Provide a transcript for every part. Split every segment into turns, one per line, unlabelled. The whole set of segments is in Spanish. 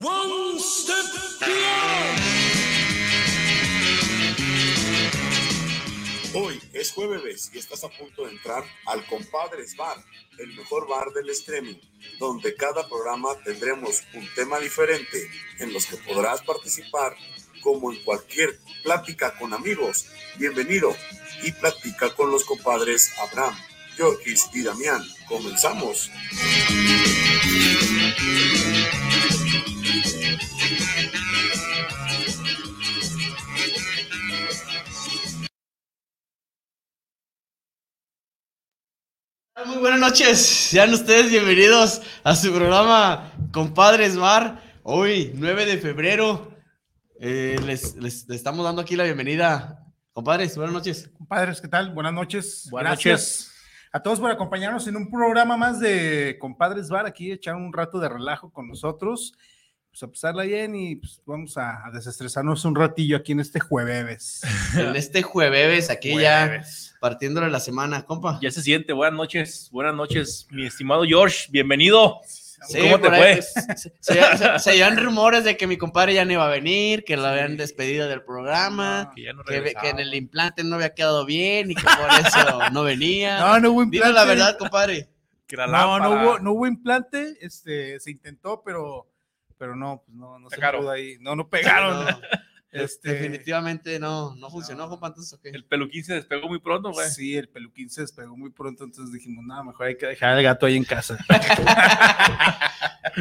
One step beyond. Hoy es jueves y estás a punto de entrar al Compadres Bar, el mejor bar del streaming, donde cada programa tendremos un tema diferente en los que podrás participar como en cualquier plática con amigos. Bienvenido y platica con los compadres Abraham, Jorgis y Damián. Comenzamos.
Muy buenas noches, sean ustedes bienvenidos a su programa Compadres Mar. Hoy, 9 de febrero, eh, les, les- les estamos dando aquí la bienvenida. Compadres, buenas noches.
Compadres, ¿qué tal? Buenas noches.
Buenas
Gracias a todos por acompañarnos en un programa más de Compadres Bar, aquí echar un rato de relajo con nosotros, pues a pasarla bien y pues, vamos a, a desestresarnos un ratillo aquí en este jueves.
En este jueves, aquí ya partiéndole la semana, compa.
Ya se siente, buenas noches, buenas noches, mi estimado George, bienvenido. ¿Cómo te
por ahí,
fue?
pues, Se, se- se- se llevan rumores de que mi compadre ya no iba a venir, que lo habían despedido del programa,
Que ya no
que,
regresaba.
que en el implante no había quedado bien y que por eso no venía.
no hubo
Dile la verdad, compadre.
Que la
No, no
lámpara.
hubo, no hubo implante, este, se intentó, pero, pero no, pues no, no se
Sacaron.
pudo ahí. No, no pegaron.
No.
Este,
Definitivamente no, no funcionó,
no.
compa, entonces, ¿o qué?
El peluquín se despegó muy pronto, güey.
Sí, el peluquín se despegó muy pronto, entonces dijimos, no, mejor hay que dejar al gato ahí en casa.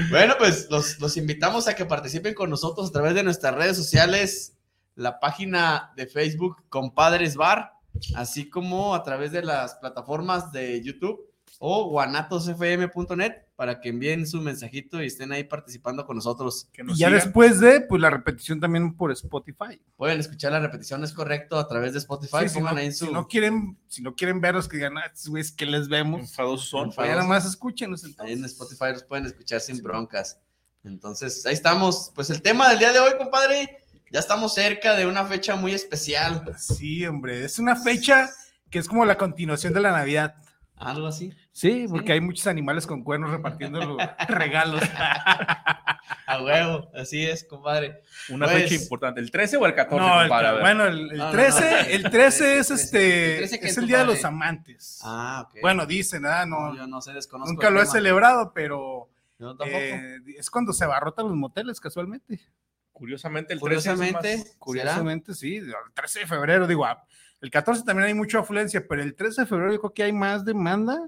Bueno, pues los, los invitamos a que participen con nosotros a través de nuestras redes sociales, la página de Facebook Compadres Bar, así como a través de las plataformas de YouTube o guanatosfm.net para que envíen su mensajito y estén ahí participando con nosotros.
Que
Y
nos
ya
sigan.
después de, pues la repetición también por Spotify.
Pueden escuchar la repetición, es correcto, a través de Spotify,
Sí, si,
pongan
no,
ahí en su...
si no quieren, si no quieren verlos, que digan, ah, estos güeyes, que les vemos.
Enfadosos son.
Enfadosos.
Ya nomás escúchenos
Ahí
entonces.
en Spotify los pueden escuchar sin broncas. Entonces, ahí estamos. Pues el tema del día de hoy, compadre, ya estamos cerca de una fecha muy especial.
Sí, hombre, es una fecha que es como la continuación de la Navidad.
Algo así.
Sí, porque hay muchos animales con cuernos repartiendo los regalos.
A huevo, así es, compadre.
Una
Pues-
fecha importante. ¿El 13 o el 14?
No, el-
compadre? A ver.
bueno, el, el
No, no, no.
13, el 13
El
es
13,
este,
el 13 que
es
tu
el día de
padre.
los amantes.
Ah, ok.
Bueno, dicen, ah, no,
yo no sé, desconozco.
nunca
el
lo he
tema.
celebrado, pero
Yo tampoco.
eh, es cuando se abarrotan los moteles casualmente.
Curiosamente, el 13 es más-
Curiosamente, ¿será?
Curiosamente, sí, el 13 de febrero, digo, ah, el 14 también hay mucha afluencia, pero el 13 de febrero yo creo que hay más demanda,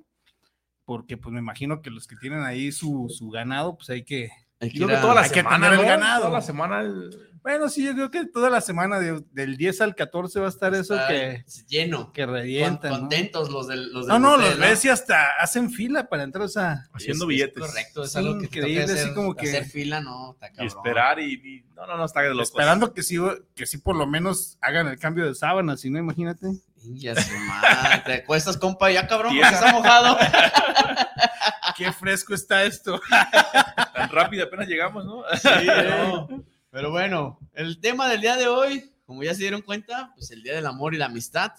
porque pues me imagino que los que tienen ahí su, su ganado, pues hay que...
Hay que
Yo creo
ir
que
a-
toda la
Hay que
semana,
tener el
¿no?
ganado.
Toda la semana. el-
Bueno, sí, yo creo que toda la semana de- del 10 al 14 va a estar eso
está
que,
Lleno.
que
Con-
revienta. ¿no?
Contentos los del. Los
No,
del
no,
hotel,
los ves y hasta hacen fila para entrar, o sea,
Haciendo
Es-
billetes.
Es correcto, es algo que te toca
Increíble, así
hacer,
como que-
hacer fila, no, está
Y
cabrón.
esperar y, y- No, no, no, está de locos.
esperando que sí, que sí por lo menos hagan el cambio de sábanas, si no, imagínate.
Y a su madre, te cuestas, compa, ya cabrón, porque
Tierra.
está mojado.
Qué fresco está esto.
Tan rápido, apenas llegamos, ¿no?
pero, pero bueno, el tema del día de hoy, como ya se dieron cuenta, pues el día del amor y la amistad.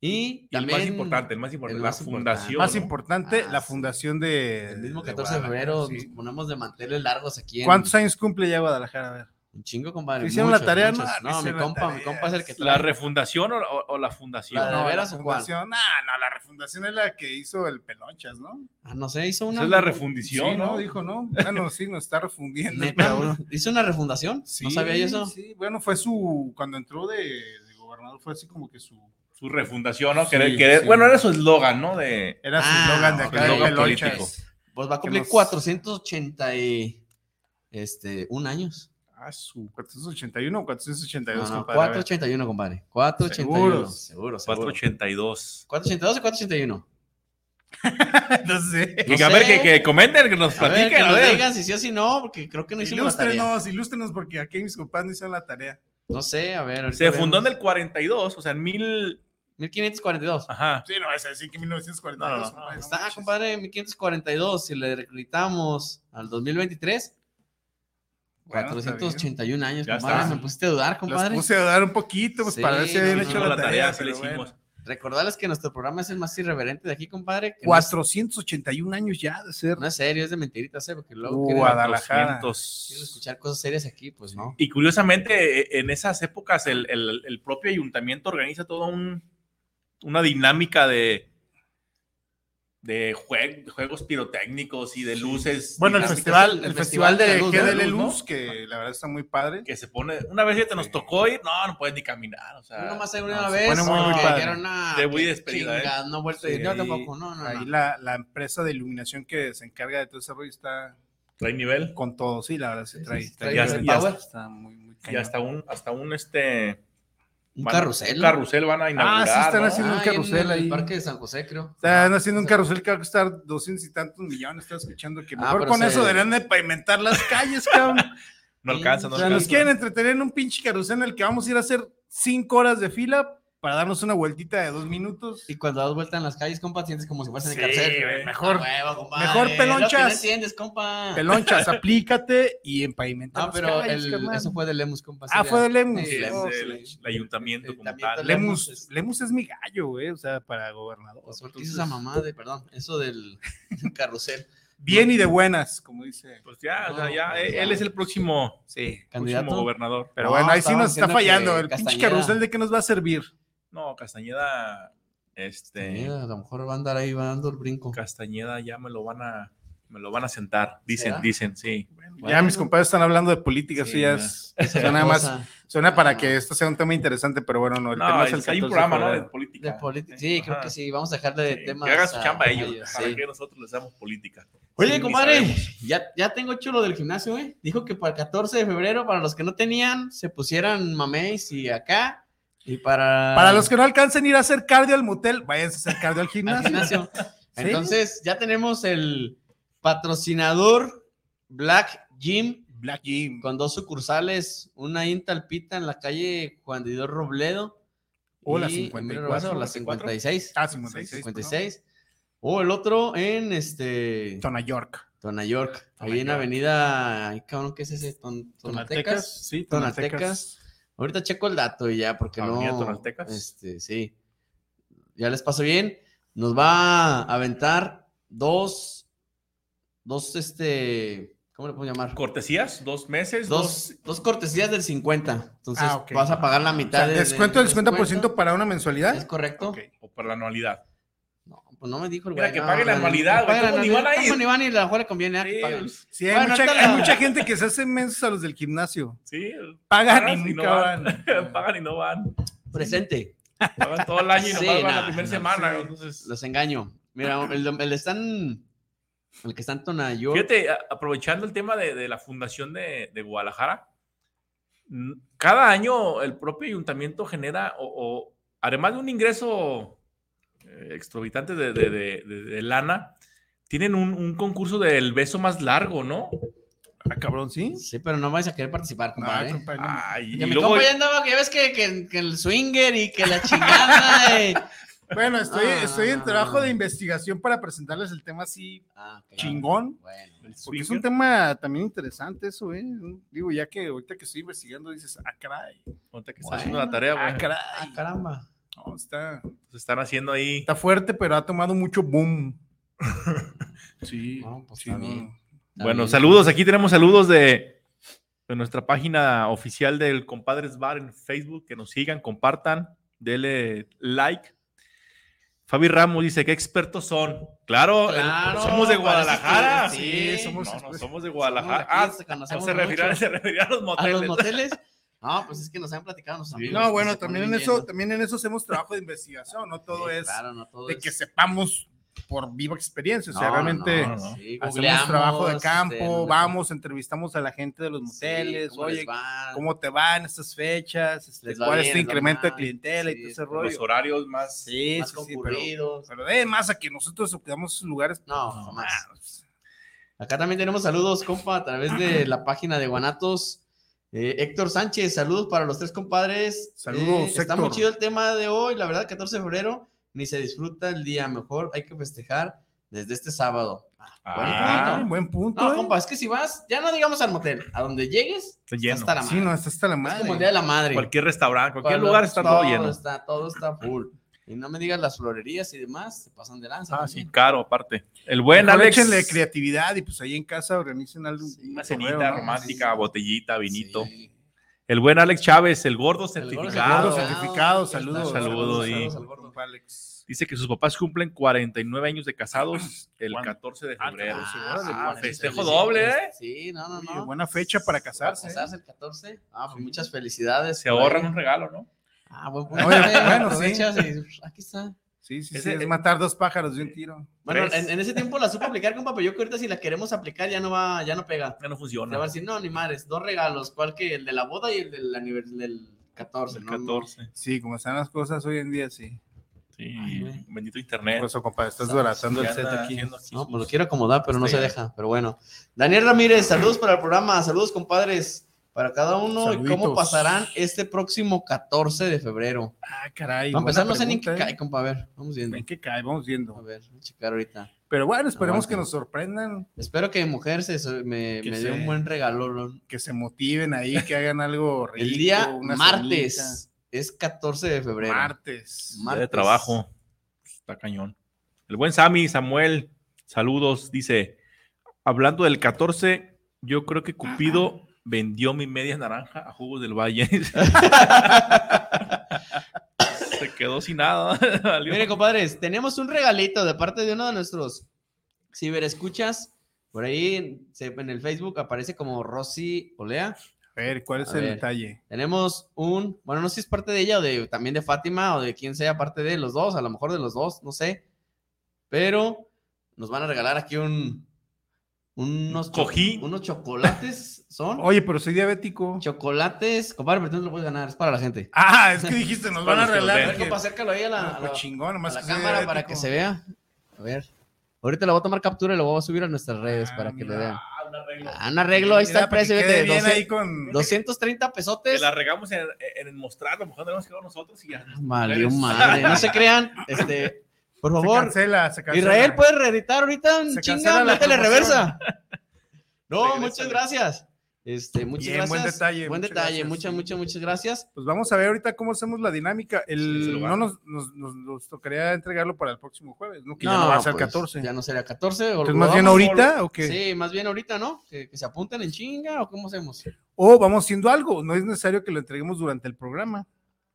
Y,
Y el
también
más importante, el más importante,
el
la
más
fundación.
Más
¿no?
importante,
Ah,
la
sí.
fundación de...
el mismo
eh, de
14 de febrero
Guadalajara, sí.
nos ponemos de manteles largos aquí en
¿Cuántos años cumple ya Guadalajara? A ver.
un chingo, compadre.
¿Hicieron
muchos,
la tarea?
muchos. No,
No,
mi
hicieron la
compa, mi
tarea.
compa es el que
¿La
trae.
refundación o, o- o la fundación?
La de
No,
la
veras o cuál?
fundación, nah, no, la refundación es la que hizo el Pelonchas, ¿no?
Ah, no sé, hizo
esa
una.
es la refundición,
Sí,
¿no?
¿no? Dijo, ¿no? Bueno, sí, nos está refundiendo. el
Neta,
cabrón.
¿Hizo una refundación? ¿No
Sí,
sabía yo eso?
Sí, bueno, fue su, cuando entró de, de gobernador, fue así como que su,
Su refundación, ¿no?
Sí,
Querer, querer-
sí.
Bueno, era su eslogan, ¿no? De...
era su
Ah,
eslogan de
ok.
acá de
Eslogan
Pelonchas.
político.
Pues va a
Que
cumplir
nos-
480 y. Este, un años.
Ah, su 481 o 482,
No, no,
compadre, a ver.
481, compadre. 481.
Seguros.
Seguro, seguro.
482.
482 o 481.
no sé.
Que,
No
a ver,
sé.
que, que comenten, que nos
A ver, que
platiquen. a
nos
ver.
digan si sí o si no, porque creo que no hicimos la tarea.
Ilústrenos, ilústrenos, porque aquí mis compadres no hicieron la tarea.
No sé, a ver. ahorita
Se fundó en Ah,
vemos.
el 42, o sea, en mil.
1542.
Ajá.
Sí, no, es así que 1942.
No, no, no,
compadre, no
Está,
manches.
compadre, 1542. Si le reclutamos al 2023,
Bueno, está bien.
481 años,
Ya
compadre.
está.
Me pusiste a dudar,
Los
compadre.
puse a dar un poquito, pues
Sí,
para ver si
no,
habían
no,
hecho
no,
la,
la
tarea.
tarea que le
pero bueno.
hicimos.
Recordarles que nuestro programa es el más irreverente de aquí, compadre. que no es-
481 años ya de ser
No es serio, es de mentiritas, ¿eh? Porque luego quieren,
Guadalajara.
200.
quieren escuchar cosas serias aquí, pues no.
Y curiosamente, e- en esas épocas, el, el- el propio ayuntamiento organiza toda un- una dinámica de, de jue- juegos pirotécnicos y de luces.
Bueno, el
dinámicas
festival,
el
el
festival
festival de
de luz, ¿no?
Luz,
GDL
¿no?
Luz, que la verdad está muy padre.
Que se pone. Una vez ya te nos
Sí.
tocó ir, no, no puedes ni caminar. O sea,
Yo nomás hay
no,
una
se
vez.
pone
muy, muy
que
padre.
era una
De muy despedida, ¿eh?
chingada, No he vuelto a ir.
Sí.
Yo tampoco, no, no.
Ahí
no.
la, la empresa de iluminación que se encarga de todo ese rollo está
trae nivel.
con todo, sí, la verdad se
Sí,
trae.
sí,
trae
ya
nivel.
se- ya
está,
se-
muy, muy
Y
cañón.
hasta un, hasta un este.
Un
van-
carrusel.
un
¿no?
carrusel van a inaugurar.
sí, están
¿no?
Ah,
haciendo un
ahí
carrusel
en
ahí.
el parque de San José, creo.
Están haciendo un carrusel que va a costar 200 y tantos millones. Estaba escuchando que
Ah,
mejor
pero
con
se-
eso deberían de pavimentar las calles, cabrón.
No alcanza, no
O sea, nos
alcanza.
quieren entretener en un pinche carrusel en el que vamos a ir a hacer cinco horas de fila para darnos una vueltita de dos minutos. Eh,
Y cuando das vuelta en las calles, compa, sientes como si fueras en
Sí,
el carcel.
güey,
mejor-
Ah, huevo, compadre,
mejor
es lo que
pelonchas.
No entiendes, compa.
Pelonchas, aplícate y empavimenta.
No,
las
pero
calles,
el-
carnal.
eso fue de Lemus, compa.
Ah,
sí,
fue
ya.
de Lemus.
Oh, Sí,
Es
Lemus,
Lemus,
el,
sí.
el ayuntamiento como
Ayuntamiento
tal.
Lemus.
Lemus, Lemus es mi gallo, güey, o sea, para gobernador.
Pues, ¿por qué hizo
Entonces,
esa mamá de, perdón, eso del carrusel?
bien y de buenas, como dice.
Pues ya, o sea,
No,
ya,
pues
él,
ya.
él es el próximo,
Sí.
¿Candidato?
próximo gobernador.
Pero
No,
bueno, ahí sí
estaban
nos está
diciendo
fallando.
que
El pinche
Castañeda-
carrusel de qué nos va a servir.
No, Castañeda, este,
Mira, a lo mejor va a andar ahí, va dando el brinco.
Castañeda ya me lo van a, me lo van a sentar, dicen,
¿Será?
dicen, sí.
ya mis compadres están hablando de política,
Sí,
sí, ya
ya.
es- suena más,
Cosa Ah.
suena para que esto sea un tema interesante, pero bueno, no, el
No,
tema
es-
es el
hay un
14 de
programa, ¿no? De
febrero.
política.
de política. Sí, creo
Ajá.
que sí. Vamos a dejar de
Sí,
temas.
Que hagan su
a-
chamba
a
ellos, para
sí.
que nosotros les damos política.
Oye,
Sí,
compadre,
sabemos.
ya, ya tengo hecho lo del gimnasio, ¿eh? Dijo que para el 14 de febrero, para los que no tenían, se pusieran mameis y acá. Y para.
Para los que no alcancen a ir a hacer cardio al motel, váyanse a hacer cardio al
al
gimnasio.
gimnasio.
Sí.
Entonces, ya tenemos el patrocinador Black Gym
Black Gym.
con dos sucursales, una ahí en Talpita, en la calle Juan Didor Robledo.
O la
y-
54,
Bueno, la
54.
56.
Ah, 56.
56. O el otro en este.
¿no? Tona York.
Tona York.
Tona
ahí en
York.
Avenida. Ay, cabrón, ¿qué es ese? Ton- Tonaltecas.
Sí,
Tonaltecas. Ahorita checo el dato y ya, porque
Avenida
no.
Tonaltecas.
Este, sí. Ya les pasó bien. Nos va a aventar dos. Dos, este. ¿Cómo le puedo llamar?
Cortesías, dos meses,
Dos, dos cortesías del 50. Entonces
Ah, ok.
vas a pagar la
O
mitad
sea,
de-
descuento ¿Eh? del
del
50% para una mensualidad.
¿Es correcto?
Ok.
o por la anualidad.
No, pues no me dijo el
Mira,
güey.
que
no,
pague la
no,
anualidad,
que
güey,
pague la
¿cómo ni van a
anualidad,
ir?
¿cómo ni van a ir? A lo mejor le conviene ah, que
Sí, pues.
paguen.
Sí, hay,
Bueno,
mucha,
ahorita la-
hay mucha gente que se hace mensos a los del gimnasio.
sí.
Pagan y
Pagas y
nunca
no
Ah, van.
Pagan y no van.
Presente.
Pagan todo el año y
Sí,
no van
no,
la primera
no,
semana.
sí.
Entonces,
Los engaño. Mira, el, el están. El que está en Tonayor.
Fíjate, a- aprovechando el tema de, de la fundación de, de Guadalajara, mm, cada año el propio ayuntamiento genera, o, o, además de un ingreso eh, exorbitante de, de- de- de- de lana, tienen un, un concurso del beso más largo, ¿no?
Ah, cabrón, ¿sí?
Sí, pero no vais a querer participar,
Ah,
compadre.
compadre, no.
Ay,
que
y
mi
luego-
compa ya andaba, que ya ves que, que, que el swinger y que la chingada. eh.
Bueno, estoy,
Ah.
estoy en trabajo de investigación para presentarles el tema así
Ah, ok.
chingón.
Bueno.
Porque es un tema también interesante eso, ¿eh? Digo, ya que ahorita que estoy investigando dices, ah, caray.
Ahorita que está
Bueno.
haciendo la tarea, güey.
Ah, caray.
Ah, caramba.
No, está,
Se están haciendo ahí.
está fuerte, pero ha tomado mucho boom. Sí.
No, pues
sí,
está
no.
bien. Está
Bueno,
bien.
saludos. Aquí tenemos saludos de, de nuestra página oficial del Compadres Bar en Facebook. Que nos sigan, compartan, denle like. Fabi Ramos dice, ¿qué expertos son? Claro, el-
Claro,
somos de
parece
Guadalajara.
que
Sí,
sí.
somos, no, no,
Somos
somos de
Somos de
Guadalajara.
aquí,
Ah,
se
se,
conocemos
referirá,
mucho.
se referirá a los
¿A los
moteles.
moteles? No, pues es que nos han platicado nuestros
Sí.
amigos.
No,
que
bueno,
se ponen
también en
bien
eso,
llenos.
también en eso hacemos trabajo de investigación, no todo
Sí,
es
claro, no todo
de que
es-
sepamos por viva experiencia, o sea,
No,
realmente
no, sí,
hacemos
googleamos,
trabajo de campo,
este, no-
vamos, entrevistamos a la gente de los
sí,
moteles,
¿cómo
oye,
les va?
¿cómo te van estas fechas? Este,
Les va
¿Cuál es
bien,
tu
les va
incremento de
mal,
clientela y
sí,
todo ese
los
Los
rollo?
horarios más.
Sí,
más
sí, sí, pero,
concurridos.
pero de más a que nosotros ocupamos esos lugares.
No,
pues,
jamás.
ah, pues,
Acá también tenemos saludos, compa, a través de la página de Guanatos. Eh, Héctor Sánchez, saludos para los tres compadres. Eh,
Saludos,
Está
Héctor.
muy chido el tema de hoy, la verdad, 14 de febrero, ni se disfruta el día, mejor hay que festejar desde este sábado.
Ah.
Buen punto, buen punto.
No,
eh.
compa, es que si vas, ya no digamos al motel, a donde llegues,
Está lleno.
está hasta la madre.
Sí, no, esta está la
es
madre.
como el día de la madre.
Cualquier restaurante, cualquier
Cuando
lugar está todo lleno.
Está, todo está full. Y no me digas las florerías y demás, se pasan de lanza.
Ah, sí,
también.
caro, aparte. El buen
Mejor
Alex.
échenle creatividad y pues ahí en casa organicen algo.
Una
correo,
cenita
¿no?
romántica, botellita, vinito.
Sí.
El buen Alex Chávez, el gordo
El gordo
certificado.
Gordo certificado,
Saludos,
saludos.
saludos,
saludos
sí.
al gordo Alex.
Dice que sus papás cumplen 49 años de casados el
¿Cuándo?
14 de
Ah,
febrero.
catorce,
Ah,
órale,
ah,
bueno,
festejo doble, ¿eh?
Sí, no, no,
Oye,
no.
buena fecha para casarse. ¿eh?
Para casarse el 14. Ah, pues muchas felicidades.
Se
por
ahorran
ahí.
un regalo, ¿no?
Ah, buen
Oye,
punto. eh,
bueno, sí.
aprovechas y, Aquí está.
Sí, sí,
Ese-
sí, es matar dos pájaros de un tiro.
Bueno,
Tres.
en, en ese tiempo la supe aplicar, compa, pero yo creo que ahorita si la queremos aplicar ya no va, ya no pega.
Ya no
Le va a
funciona.
decir, no, ni madres, dos regalos, ¿cuál que el de la boda y el del aniversario del 14?
El
¿no?
14.
Sí, como están las cosas hoy en día, sí.
Sí,
Ay, güey.
bendito internet.
Por eso, compadre, estás
Estamos
baratando Pues, el
Ya
set
anda
aquí.
haciendo aquí
No,
sus-
pues lo quiero acomodar, pero no
Este-
se deja. Pero bueno. Daniel Ramírez, saludos para el programa, saludos compadres para cada uno y cómo
Saluditos.
pasarán este próximo 14 de febrero.
Ah, caray.
Vamos a empezar,
buena
no sé ni en qué
pregunta,
cae,
¿eh?
compa, a ver, vamos viendo.
¿En qué cae? Vamos
A
viendo.
ver, voy a checar ahorita.
Pero bueno, esperemos
Aguanta.
que nos sorprendan,
Espero que mi mujer se, se- me,
Que
me dé
se-
un buen regalo. ¿no?
que se motiven ahí, que hagan algo rico.
El día
una
martes es 14 de febrero.
cenita. Martes.
Día
Martes.
de trabajo. Está cañón. El buen Sammy, Samuel, saludos. Dice, hablando del 14, yo creo que Cupido vendió mi media naranja a Jugos del Valle. Se quedó sin nada. Valió.
Mire, compadres, tenemos un regalito de parte de uno de nuestros ciberescuchas. Por ahí en- se- en el Facebook aparece como Rosy Olea.
A ver, ¿cuál es
A
el
ver.
detalle?
Tenemos un, bueno, no sé si es parte de ella o de, también de Fátima o de quien sea parte de los dos, a lo mejor de los dos, no sé. Pero nos van a regalar aquí un, unos, cho-
Cojín.
unos chocolates, son
Oye, pero soy diabético.
chocolates. Compadre, pero tú no lo puedes ganar, es para la gente.
Ah, es que dijiste, nos van a
Para los que nos
A
regalar.
ver,
que-
compa, acércalo ahí a la,
Ah,
a la-
pues chingón,
a
nomás
la
que soy
cámara para que
diabético.
se vea. A ver, ahorita le voy a tomar captura y lo voy a subir a nuestras redes
Ah,
para que lo
mira.
vean.
Ah, un arreglo.
Ah, un arreglo, ahí está
Mira,
el
para que
precio,
quede
vete,
bien
12
ahí con...
230
Que
pesotes.
la regamos en, en mostrar, a lo mejor tenemos que quedar nosotros y ya.
Valió
Eres-
madre. No se crean. Este, por
Se
favor,
cancela, se cancela.
Israel, pues. puedes reeditar ahorita en
Se
chinga,
cancela la
métele
promoción.
reversa. No,
Regrésale.
muchas gracias. Este, muchas
Bien,
gracias.
buen detalle,
Buen
muchas
detalle,
gracias.
muchas, muchas, muchas gracias.
Pues vamos a ver ahorita cómo hacemos la dinámica.
Sí, se lo
El,
van.
no nos, nos, nos, nos tocaría entregarlo para el próximo jueves, ¿no? Que
no,
ya no va a ser
pues,
14.
Ya no será 14. o-
Entonces,
o
más bien
vamos-
ahorita, ¿o qué?
Sí, más bien ahorita, ¿no? Que, que se apunten en chinga o cómo hacemos.
O vamos haciendo algo. No es necesario que lo entreguemos durante el programa.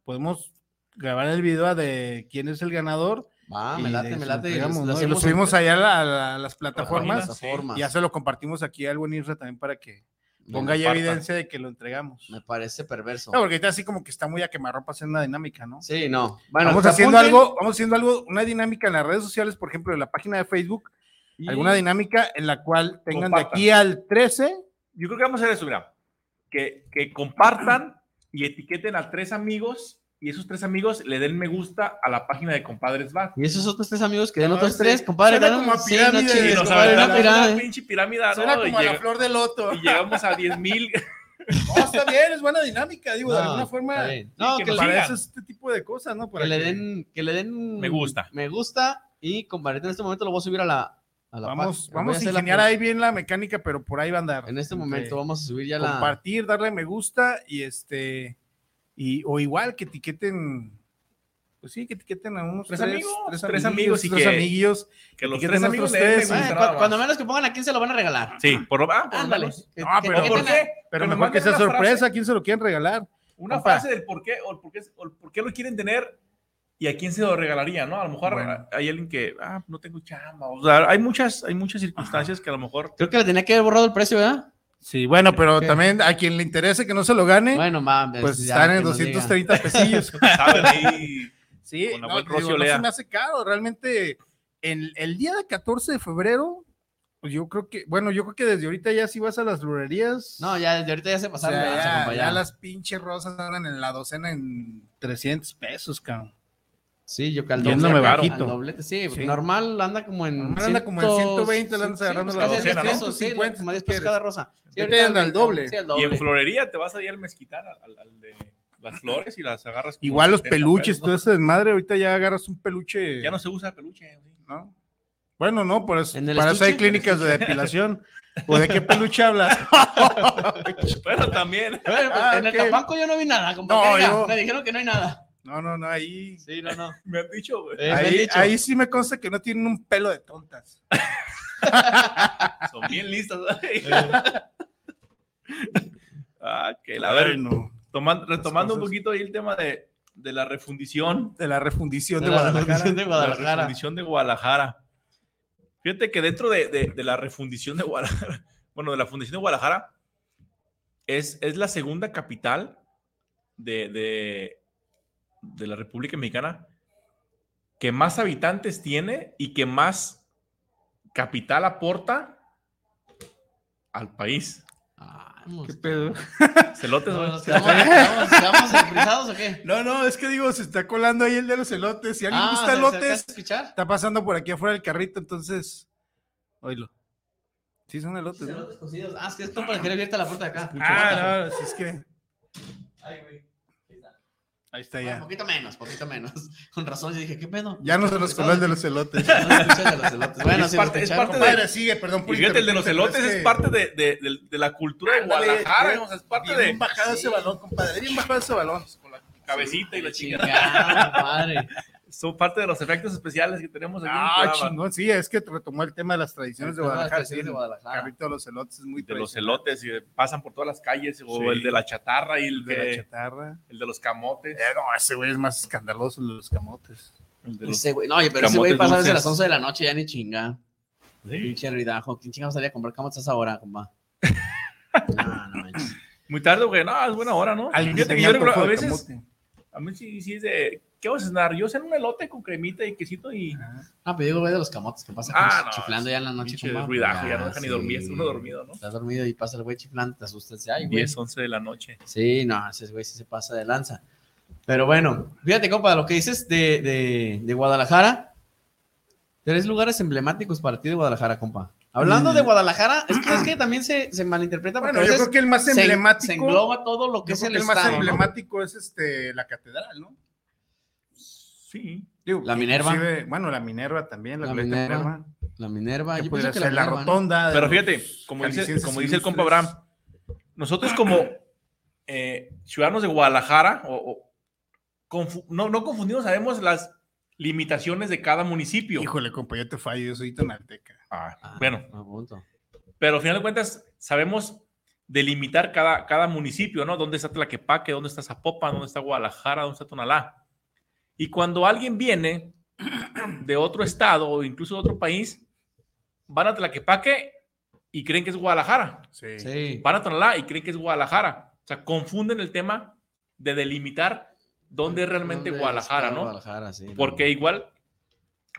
Podemos grabar el video de quién es el ganador.
Va,
y
Ah, me
de-
late, me
lo
late.
entregamos,
lo
¿no? Y lo
hacemos
subimos
en-
allá a, la- a la- a
páginas,
las plataformas.
plataformas.
Y ya se lo compartimos aquí al buen Israel también para que ponga ya
compartan.
evidencia de que lo entregamos.
Me parece perverso.
No, porque ahorita así como que está muy a quemarropa hacer una dinámica, ¿no?
Sí, no. Bueno,
vamos
que
haciendo
apunten
algo, vamos haciendo algo, una dinámica en las redes sociales, por ejemplo, en la página de Facebook,
y-
alguna dinámica en la cual tengan de
Compartan.
aquí al 13,
Yo creo que vamos a hacer eso, mira. Que, que compartan y etiqueten a tres amigos y esos tres amigos le den me gusta a la página de Compadres Bar.
Y esos otros tres amigos que den
No,
otros
sí.
tres, compadre.
Suena
dan-
como a
sí,
pirámide,
no
Y
chingues,
nos
Sí, es
compadre,
aventamos
una pirámide.
una pinche pirámida,
suena
¿no? Y,
como a la
llega-
flor del loto.
y llegamos a 10 mil.
No, está bien, es buena dinámica, digo, de
No,
alguna
está
forma.
bien. No,
que
que,
nos
le-
sigan.
Para eso es este tipo de cosas, ¿no? Para
que le
que-
den, que le den.
Me gusta.
Me gusta. Y compartir en este momento lo voy a subir a la. A la
Vamos,
página. Voy
vamos a
hacer la
ingeniar
pro-
ahí bien la mecánica, pero por ahí va a andar.
En este
Entre
momento vamos a subir ya la.
Compartir, darle me gusta y este. Y, o igual que etiqueten. Pues sí, que etiqueten a unos
Tres
tres,
amigos, tres amigos
tres amigos,
y
tres
que-
amiguillos.
Que los
Etiqueten
tres
a
amigos
otros
le den me
tres. Ah,
gusta. nada
Bueno, cua-
más.
Eh, cuando menos que pongan a quién se lo van a regalar.
Sí, por lo ah, por lo
Ándale.
menos.
Que-
Ah,
que-
pero
que
¿Por
tengan-
qué?
Pero
Que nos
mejor que
manden
sea
una frase.
sorpresa, ¿a quién se lo quieren regalar?
Una
Compa.
frase del por qué, o el por qué, o el por qué lo quieren tener y a quién se lo regalaría, ¿no? A lo mejor
Bueno.
hay alguien que, ah, no tengo chamba. O sea, hay muchas, hay muchas circunstancias que a lo mejor.
Creo que le tenía que haber borrado el precio, ¿verdad?
Sí, bueno, pero
Ok.
también a quien le interese que no se lo gane,
Bueno, mames.
pues
ya,
están en
que nos diga.
230 pesillos.
Saben ahí.
sí,
Con la
no,
buen
te digo,
Rocío
no
Lea.
se me hace caro. Realmente, el, el día de 14 de febrero, pues yo creo que, bueno, yo creo que desde ahorita ya si vas a las florerías.
No, ya desde ahorita ya se
o sea,
pasaron. de lanza,
ya,
compa,
ya
ya.
las pinches rosas andan en la docena en 300 pesos, cabrón.
Sí, yo que al
Yéndome
doble,
bajito.
al doblete, sí,
Sí.
normal anda como en.
Normal anda como en 120, la andas agarrando
pues
la
casi
docena,
al
¿no?
peso, sí,
50,
como 10 pesos
si quieres.
cada rosa. Sí,
Vete
ahorita
al
anda-
doble.
sí, al
Y en
doble.
florería te vas a ir al mezquitar, al, al- al de las flores y las agarras. como
Igual los
70
peluches,
pesos,
todo
¿no?
ese desmadre, ahorita ya agarras un peluche.
Ya no se usa peluche. sí.
¿no? Bueno, no, por eso,
¿En el
para eso hay
estuche?
clínicas de depilación. ¿O de qué peluche hablas?
Bueno, también.
Bueno, pues,
Ah,
en
ok.
el Tapanco yo no vi nada,
No,
compadre. Venga,
yo-
Me dijeron que no hay nada.
No, no, no, ahí,
Sí, no, no.
Me han dicho, güey.
Eh, me han
ahí,
dicho.
ahí sí me consta que no tienen un pelo de tontas.
Son bien listas. ¿verdad? ah, que la Eh. ver.
Bueno,
toman- retomando un
cosas.
poquito ahí el tema de, de la refundición.
de la refundición de,
De la
Guadalajara.
revolución de
La
Guadalajara.
refundición de Guadalajara. Fíjate que dentro de, de- de la refundición de Guadalajara, bueno, de la fundición de Guadalajara, es, es la segunda capital de, de, de la República Mexicana que más habitantes tiene y que más capital aporta al país.
Vamos.
Celotes, güey.
¿Nos quedamos- ¿Nos quedamos empresados o qué?
No, no, es que digo, se está colando ahí el de los elotes. Si alguien
Ah,
gusta
¿se- se alcanza a
elotes,
escuchar?
está pasando por aquí afuera del carrito, entonces. Oílo. Sí, son elotes, ¿no?
Elotes cocidos. Ah, es que es como para que le abierta la puerta de acá.
Ah, no, si es que.
Ay, güey. Ahí está.
Ahí está
Bueno,
ya.
poquito menos, poquito menos. Con razón, yo dije, ¿qué pedo?
Ya no se nos coló el de los elotes.
No escuchas de los elotes. Bueno,
Es
si
parte-
lo
es
escucharon,
parte de-
compadre.
Padre, sigue, perdón.
Y fíjate, el de los elotes es parte de, de- de- de la cultura de
Ándale,
Guadalajara,
bien,
o sea, es parte
Bien
de
bajado ese balón, compadre. Bien bajado ese balón.
cabecita y la chingada.
Chingada, compadre.
Son parte de los efectos especiales que tenemos aquí. en el
Ah,
programa.
chingón. Sí, es que retomó el tema de las tradiciones de
El tema de las
Guadalajara. sí,
tradiciones de
el
Guadalajara.
Carrito de los elotes es muy
De los
tradicional.
elotes y pasan por todas las calles, o
Sí.
el de la chatarra y el,
El de
que-
la chatarra.
el de los camotes.
Eh, no, ese güey es más escandaloso el de los camotes.
el de los-
pues,
Ese güey, no, oye, pero ese
Camotes
güey pasa desde
dulces.
las 11 de la noche, ya ni chinga.
Sí.
Pinche ruidajo. ¿Quién chingados salía a comprar camotes a esa hora, compa? No, no manches.
Muy tarde, güey. No, es buena hora, ¿no?
Alguien que
Fíjate que
tenía
yo recuerdo-
antojo
a
de
veces,
camote.
a mí sí, sí es de. ¿Qué vas a cenar? Yo ceno un elote con cremita y quesito y.
Ah, pero digo, güey, de los camotes, que pasa
Ah,
como
no,
chiflando ya en la noche.
pinche
compa.
ruidajo, ya no deja ni dormir, es uno dormido, ¿no?
Estás dormido y pasa el güey chiflando, te asustas. Ay, güey.
10, 11 de la noche.
Sí, no, ese güey sí se pasa de lanza. Pero bueno, fíjate, compa, lo que dices de, de, de Guadalajara. Tres lugares emblemáticos para ti de Guadalajara, compa. Hablando de Guadalajara, es que, es que también se, se malinterpreta porque
Mm. Bueno,
a
yo
veces
creo que el más
se-
emblemático.
Se, engloba todo lo que
yo
es
creo
el,
que el más
estado, ¿no?
emblemático es este la catedral, ¿no?
Sí.
Digo,
La Minerva.
inclusive, Bueno, la Minerva también, la,
La
Glorieta
Minerva.
Minerva.
La Minerva.
Que
yo
pudiera
pienso que
ser la
Minerva, ¿no?
rotonda. de
Pero
los-
fíjate, como dice,
Jaliscienses
como dice el compa
ilustres.
Abraham, nosotros como eh, ciudadanos de Guadalajara, o, o confu- no, no confundimos, sabemos las limitaciones de cada municipio.
Híjole, compa, yo te fallo, yo soy tonalteca.
Ah,
Ah,
bueno,
a punto.
pero al final de cuentas sabemos delimitar cada, cada municipio, ¿no? ¿Dónde está Tlaquepaque? ¿Dónde está Zapopan? ¿Dónde está Guadalajara? ¿Dónde está Tonalá? Y cuando alguien viene de otro estado o incluso de otro país, van a Tlaquepaque y creen que es Guadalajara.
Sí.
Sí.
van a Tonalá y creen que es Guadalajara. O sea, confunden el tema de delimitar dónde es realmente
¿Dónde
Guadalajara,
está
¿no?
Guadalajara, sí. no.
Porque igual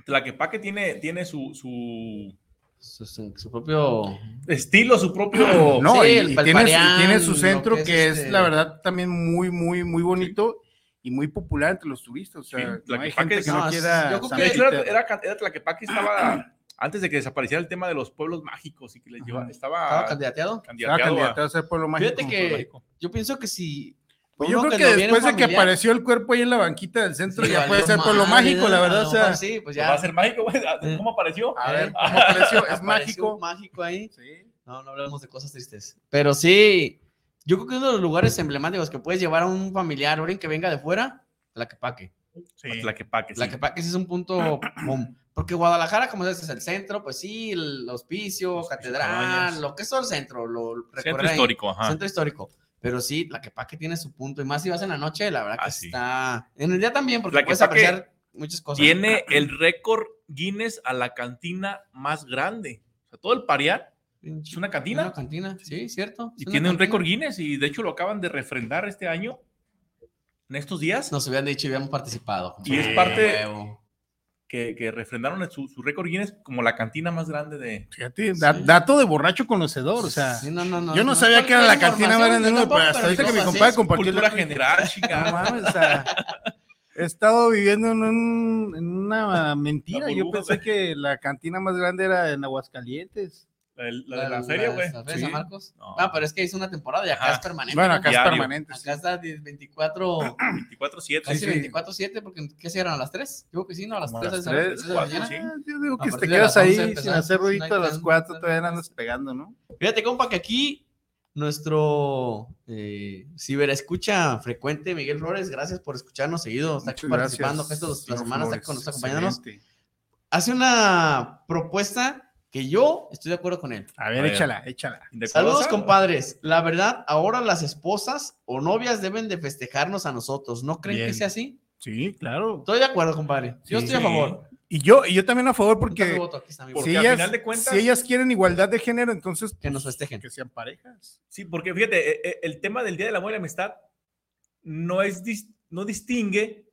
Tlaquepaque tiene, tiene su, su
Su, su- su propio.
estilo, su propio...
No,
Sí,
y,
el
y tiene, su,
Palparián,
tiene su
lo
centro
que
que
es
es,
este-
la verdad, también muy, muy, muy bonito y muy popular entre los turistas. O sea,
Sí,
no hay
Tlaquepaque
gente
es-
que no
no,
quiera.
yo creo
San
Que
Peter.
era, era- era Tlaquepaque estaba... Antes de que desapareciera el tema de los pueblos mágicos y que les
Ajá.
lleva, estaba,
Ah.
¿Estaba candidateado?
Estaba
candidateado a-
candidato a ser pueblo mágico.
Fíjate
como
que-
Pueblo Mágico.
Yo pienso que si.
Pues yo
uno
creo que,
lo viene un
después de que
familiar,
apareció el cuerpo ahí en la banquita del centro,
sí,
ya puede
valió
ser pueblo
madre,
mágico, la
¿no? A
verdad.
lo
O sea,
mejor Sí, pues
Pues va
ya.
a ser mágico, güey. ¿Cómo apareció?
a ver
¿eh?
cómo apareció, es
Apareció
mágico.
un mágico ahí.
Sí.
No, no hablamos de cosas tristes. Pero sí, yo creo que uno de los lugares emblemáticos que puedes llevar a un familiar, alguien que venga de fuera, Tlaquepaque.
A Tlaquepaque, sí.
Tlaquepaque ese es un punto, boom. Porque Guadalajara, como sabes, es el centro, pues sí, el hospicio, catedral,
cabañas.
lo que es todo el centro, lo recorrer
Centro
ahí.
histórico, ajá.
Centro histórico. Pero sí, Tlaquepaque tiene su punto. Y más si vas en la noche, la verdad que
Ah, sí.
está... En el día también, porque puedes
Tlaquepaque
apreciar muchas cosas.
tiene el récord Guinness a la cantina más grande. O sea, todo el pariar es una cantina.
Una cantina, sí, cierto.
y
es una
tiene un
cantina.
récord Guinness y de hecho lo acaban de refrendar este año, en estos días,
Nos hubieran dicho y hubiéramos participado.
Y es
Sí,
parte-
huevo.
que, que refrendaron su, su récord Guinness como la cantina más grande de...
Fíjate, da-
Sí.
dato de borracho conocedor, o sea.
Sí, no, no, no,
yo no
es
sabía que era la
cualquier
cantina más
información,
grande del
yo
mundo,
tampoco,
pero hasta
pero
ahorita que mi
cosas
compadre
así.
compartió
Cultura
la-
general,
No
chica.
mames, o sea, he estado viviendo en, un- en una mentira.
La
Yo
burbuja.
pensé que la cantina más grande era en Aguascalientes.
La, de la, de la feria, güey.
La feria de
Sí.
San Marcos.
No.
Ah, pero es que hizo una temporada y acá
Ajá.
Ah,
es permanente.
Bueno,
¿no?
acá es
Diario.
permanente. sí.
Acá está 10, 24,
24-7.
casi
sí.
24-7, porque ¿qué cierran a las 3? Yo creo que sí, ¿no? A las
Como
3
a las
de la-
tres,
tres de la
cuatro,
mañana.
sí.
Ah, Yo digo
A
que si te
partir de
quedas
las
ahí
11
sin
empezamos,
hacer ruidito
no
a
hay
las
plan,
4
no hay
todavía la
plan.
andas pegando, ¿no?
Fíjate, compa, que aquí nuestro eh, ciberescucha frecuente, Miguel Flores, gracias por escucharnos seguido. Está aquí
Muchas
participando,
gracias,
gestos de
señor
la semana, está
Flores,
con nosotros acompañándonos.
excelente.
Hace una propuesta que yo estoy de acuerdo con él.
A ver,
A ver.
échala, échala.
Saludos, compadres. La verdad, ahora las esposas o novias deben de festejarnos a nosotros. ¿No creen
Bien.
que sea así?
Sí, claro.
Estoy de acuerdo, compadre. Yo
Sí.
estoy a favor.
Y yo, y yo también a favor
Junta mi
porque
voto, aquí está mi voto.
Porque
si
al
ellas,
final de cuentas-
si ellas quieren igualdad de género, entonces pues,
Que nos festejen.
que sean parejas.
Sí, porque fíjate, eh, eh, el tema del Día del Amor y la Amistad no, es dis- no distingue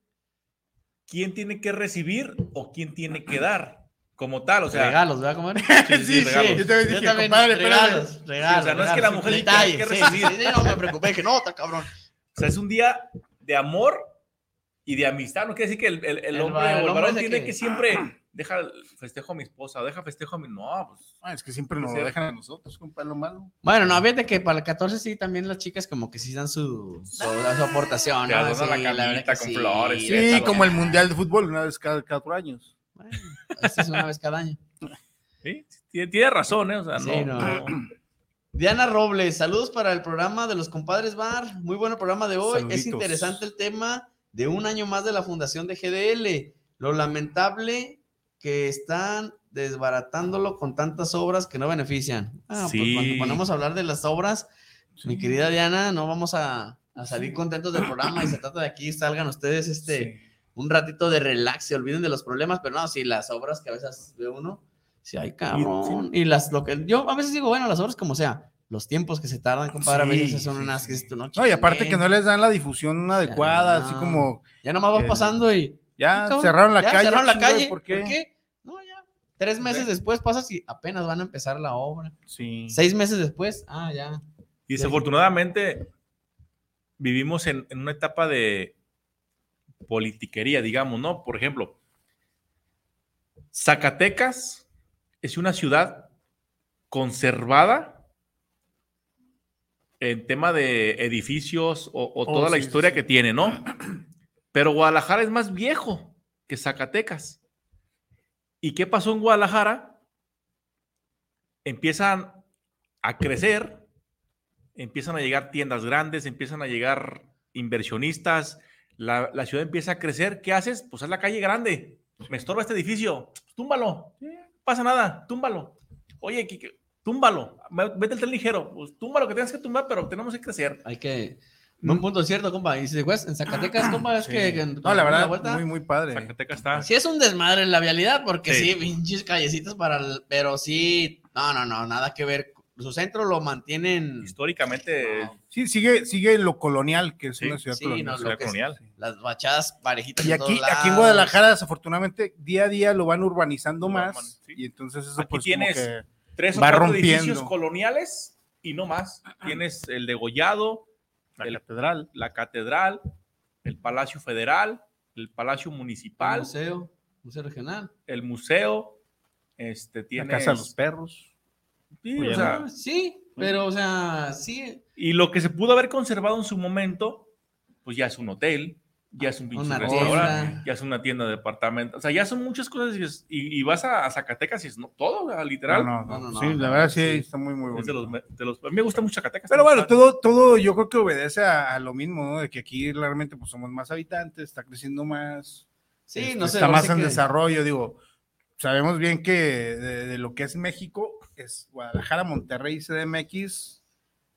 quién tiene que recibir o quién tiene que dar como tal. O sea,
regalos, ¿verdad, comadre?
Sí, sí,
regalos.
yo también dije, compadre, espérame.
regalos, regalos.
o sea, no es que la
regalos,
mujer
detalles,
tenga que
sí,
recibir.
sí, sí, no me preocupé, dije, no, está cabrón.
o sea, es un día de amor y de amistad. No quiere decir que el, el- el
El
hombre
va- el
o el
hombre
varón
es el
tiene
que- Ah.
que siempre deja el festejo a mi esposa, o deja festejo a mi. No, pues.
Ah, es que siempre nos lo
Sí.
dejan a nosotros, compadre, lo malo.
Bueno, no, fíjate que para el 14 sí, también las chicas como que sí dan su, su, su aportación.
Te
¿no?
adornan la
Sí, verdad
camita
que
con flores y
la
Sí,
Pétalo.
verdad
como
que-
el Mundial de Fútbol, una vez cada cuatro años.
Bueno, esto es una vez cada año.
Sí, tiene, tiene razón, ¿eh? O sea,
Sí,
no.
no.
no.
Diana Robles, saludos para el programa de los compadres Bar. Muy bueno programa de hoy.
Saluditos.
Es interesante el tema de un año más de la fundación de GDL. Lo lamentable que están desbaratándolo con tantas obras que no benefician. Ah, pues
Sí.
cuando ponemos a hablar de las obras, mi querida Diana, no vamos a, a salir contentos del programa y se trata de aquí salgan ustedes este
Sí.
un ratito de relax, se olviden de los problemas, pero no, sí, las obras que a veces ve uno, sí, ay, cabrón. Y las, lo que yo a veces digo, bueno, las obras como sea, los tiempos que se tardan, compadre, a
Sí,
veces son
sí,
unas
sí.
que dices tú,
No, y aparte
chinguen.
que no les dan la difusión adecuada, así
no.
como
Ya nomás vas
el-
pasando y.
ya
"Ah, cabrón,
cerraron la
ya
calle.
Cerraron la
chinga,
calle.
¿Por qué?
No, ya. Tres meses después pasas y apenas van a empezar la obra.
Sí.
Seis meses después, ah, ya.
Y desafortunadamente vivimos en, en una etapa de politiquería, digamos, ¿no? Por ejemplo, Zacatecas es una ciudad conservada en tema de edificios o, o
Oh,
toda la
sí, sí,
historia
sí.
que tiene, ¿no? Pero Guadalajara es más viejo que Zacatecas. ¿Y qué pasó en Guadalajara? Empiezan a crecer, empiezan a llegar tiendas grandes, empiezan a llegar inversionistas, la, la ciudad empieza a crecer. ¿Qué haces? Pues haz la calle grande. Me estorba este edificio. Túmbalo. No pasa nada. Túmbalo. Oye, que- que- túmbalo. Ve- Vete el tren ligero. Pues túmbalo que tienes que tumbar, pero tenemos que crecer.
Hay que. Un punto cierto, compa. Y si después en Zacatecas, compa, es
Mm. Sí.
que. que-
No, la
una
verdad,
vuelta-
muy, muy padre.
Zacatecas está.
Sí es un desmadre en la vialidad, porque sí,
Ah. Sí.
pinches callecitas para el- Pero sí, no, no, no, nada que ver. Su centro lo mantienen
Históricamente,
No.
Sí, sigue, sigue lo colonial, que es
Sí,
una ciudad
sí,
colonial.
no,
ciudad
lo que es-
colonial.
las fachadas parejitas.
Y
en todos
aquí, aquí en
lados.
Guadalajara, desafortunadamente, día a día lo van urbanizando
Urban,
más.
sí.
Y entonces eso
Aquí
pues
tienes-
como que...
Tres o
Va
cuatro
rompiendo.
edificios coloniales y no más. Tienes el degollado,
La
el-
catedral.
la catedral, el Palacio Federal, el Palacio
El
Municipal,
museo, museo regional.
el museo. Este,
La
tienes,
casa de los perros.
Sí,
Oye,
o sea,
Ah, sí, pero o sea, sí.
Y lo que se pudo haber conservado en su momento, pues ya es un hotel, ya es un pinche
Una
restaurante,
tienda.
ya es una tienda de departamento. O sea, ya son muchas cosas y, es- y- y vas a, a Zacatecas y es no, todo, o sea, literal.
No,
No, no,
no,
no,
no,
sí,
no,
la verdad sí,
sí.
está muy, muy
Es de los,
bueno.
me- de los- a mí me gusta mucho Zacatecas.
Pero bueno,
Está-
todo, todo yo creo que obedece a, a lo mismo, ¿no? De que aquí realmente pues somos más habitantes, está creciendo más.
Sí,
este,
no sé.
Está
ahora
más
sí
en
que-
desarrollo, digo. Sabemos bien que de, de lo que es México, es Guadalajara, Monterrey, CDMX.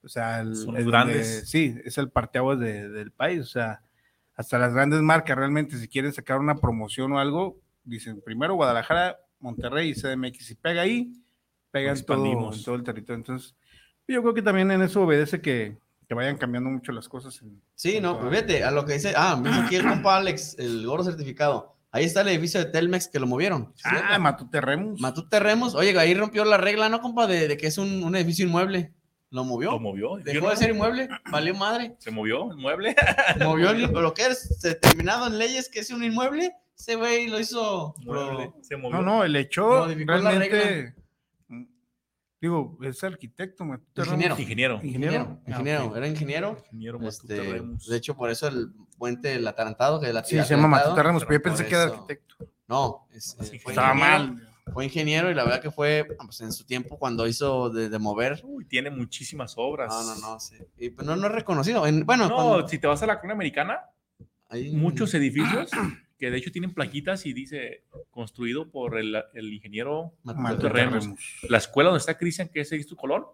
O sea, el-
Son los
el
grandes.
de- sí, es el parteaguas de- del país. O sea, hasta las grandes marcas realmente, si quieren sacar una promoción o algo, dicen primero Guadalajara, Monterrey y CDMX. Si pega ahí, pega en todo,
Expandimos.
en todo el territorio. Entonces, yo creo que también en eso obedece que, que vayan cambiando mucho las cosas. en-
Sí,
en
no,
todo.
pues vete a lo que dice. Ah, mira aquí el compa Alex, el gordo certificado. Ahí está el edificio de Telmex que lo movieron.
Ah, Matute Remus.
Matute Remos, oye, ahí rompió la regla, ¿no, compa? De, de que es un, un edificio inmueble. Lo movió.
lo movió. yo
Dejó
no-
de ser inmueble, valió madre.
Se movió el mueble.
Movió el- lo que es determinado en leyes que es un inmueble. Ese güey lo hizo. lo-
Mueble, se movió.
No, no, el hecho
Modificó la
realmente. Digo, es arquitecto, Matute
Ingeniero.
Ramos.
Ingeniero.
Ingeniero,
Ah,
ingeniero,
ok.
era ingeniero.
Ingeniero Matute
Este,
Remus.
de hecho, por eso el puente del atarantado. Que la,
Sí,
el
se llama
atarantado,
Matute Ramos, pero yo
por
pensé que era
eso-
arquitecto.
No, es- eh,
Así
fue,
que-
Estaba
ingeniero,
mal.
fue ingeniero y la verdad que fue pues, en su tiempo cuando hizo de, de mover.
Uy, tiene muchísimas obras.
No, no, no. sí. Y, pues, no, no es reconocido. En- bueno,
No,
cuando-
si te vas a la colonia americana,
hay-
muchos edificios que de hecho tienen plaquitas y dice construido por el, el ingeniero.
Matute
Matute Ramos.
Ramos.
Ramos.
La escuela donde está Cristian, que es Sixto Colón,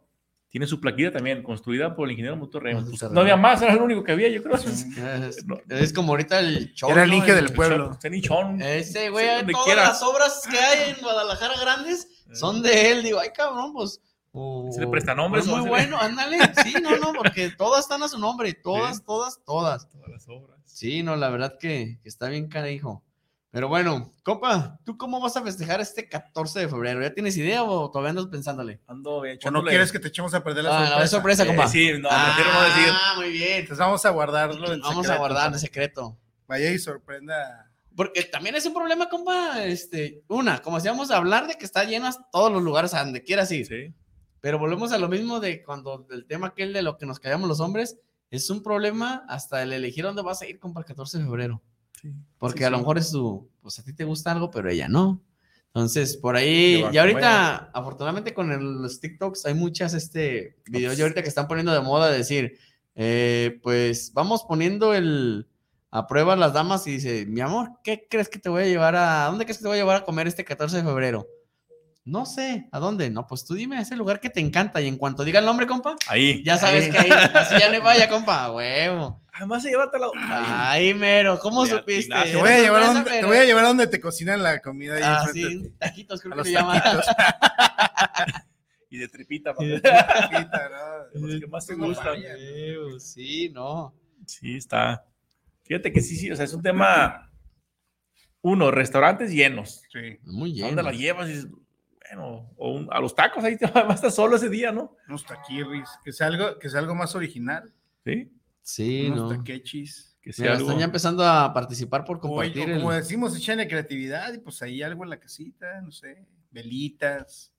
tiene su plaquita también, construida por el ingeniero Matute Remus.
Matute
Pues,
Remus.
no había más, era lo único que había, yo creo.
Es,
No.
es como ahorita el chorro.
Era el Inge del
El
pueblo.
Chon- Teni Chon.
Ese, güey,
Sí, donde
todas
quiera. Eh.
las obras que hay en Guadalajara grandes son de él. Digo, ay, cabrón, pues. o-
Se le presta nombre,
o
¿no?
Es muy
Se le-
bueno, ándale. Sí, no, no, porque todas están a su nombre. Todas,
Sí.
todas, todas.
Todas las obras.
Sí, no, la verdad que, que está bien carajo. Pero bueno, compa, ¿tú cómo vas a festejar este 14 de febrero? ¿Ya tienes idea o todavía andas pensándole?
Ando bien,
¿O no
echándole-
quieres que te echemos a perder la
Ah, no,
sorpresa?
es sorpresa, compa.
Eh, sí, no, prefiero no decir.
ah, muy bien.
Entonces vamos a guardarlo en
Vamos a
secreto,
guardar
para
el secreto.
que Vaya y sorprenda.
Porque también es un problema, compa. Este, una, como decíamos, hablar de que está llenas todos los lugares a donde quieras ir.
Sí.
Pero volvemos a lo mismo de cuando el tema aquel de lo que nos callamos los hombres es un problema hasta el elegir dónde vas a ir, compa, el 14 de febrero. Porque
Sí,
a lo
sí.
mejor es tu, pues a ti te gusta algo, pero ella no. Entonces, por ahí,
Llevar
y ahorita, afortunadamente con el- los TikToks hay muchas este, videos ya ahorita que están poniendo de moda decir, eh, pues vamos poniendo el a prueba las damas y dice, mi amor, ¿qué crees que te voy a llevar a, ¿a dónde crees que te voy a llevar a comer este 14 de febrero? No sé, ¿a dónde? No, pues tú dime ese lugar que te encanta y en cuanto diga el nombre, compa,
Ahí.
ya sabes
Ahí.
que ahí, así ya no vaya, compa, a huevo.
Además, se lleva la.
Ay, mero, ¿cómo
Ya,
supiste?
Ignacio.
Te voy, a
Era
llevar a
Eh, sorpresa,
donde, te
pero-
voy a llevar a donde te cocinan la comida. ahí
Ah,
enfrente de
sí, taquitos creo
A
que
los
se llama.
Y de tripita, papá.
Y de
tu hijita, ¿no?
Los que más te
No
gustan.
vaya.
Ew, Sí, no.
Sí, está. Fíjate que sí, sí, o sea, es un tema. Uno, restaurantes llenos.
Sí,
Muy
¿A dónde la
bien.
llevas? Y dices, bueno, o un- a los tacos, ahí te vas a estar solo ese día, ¿no?
unos taquirris. Que sea algo, que sea algo más original.
Sí,
Sí, no.
unos taquechis.
que sea
Mira,
algo.
están ya empezando a participar por
O-
compartir
o
el-
como decimos, echenle creatividad y pues ahí algo en la casita, no sé, velitas.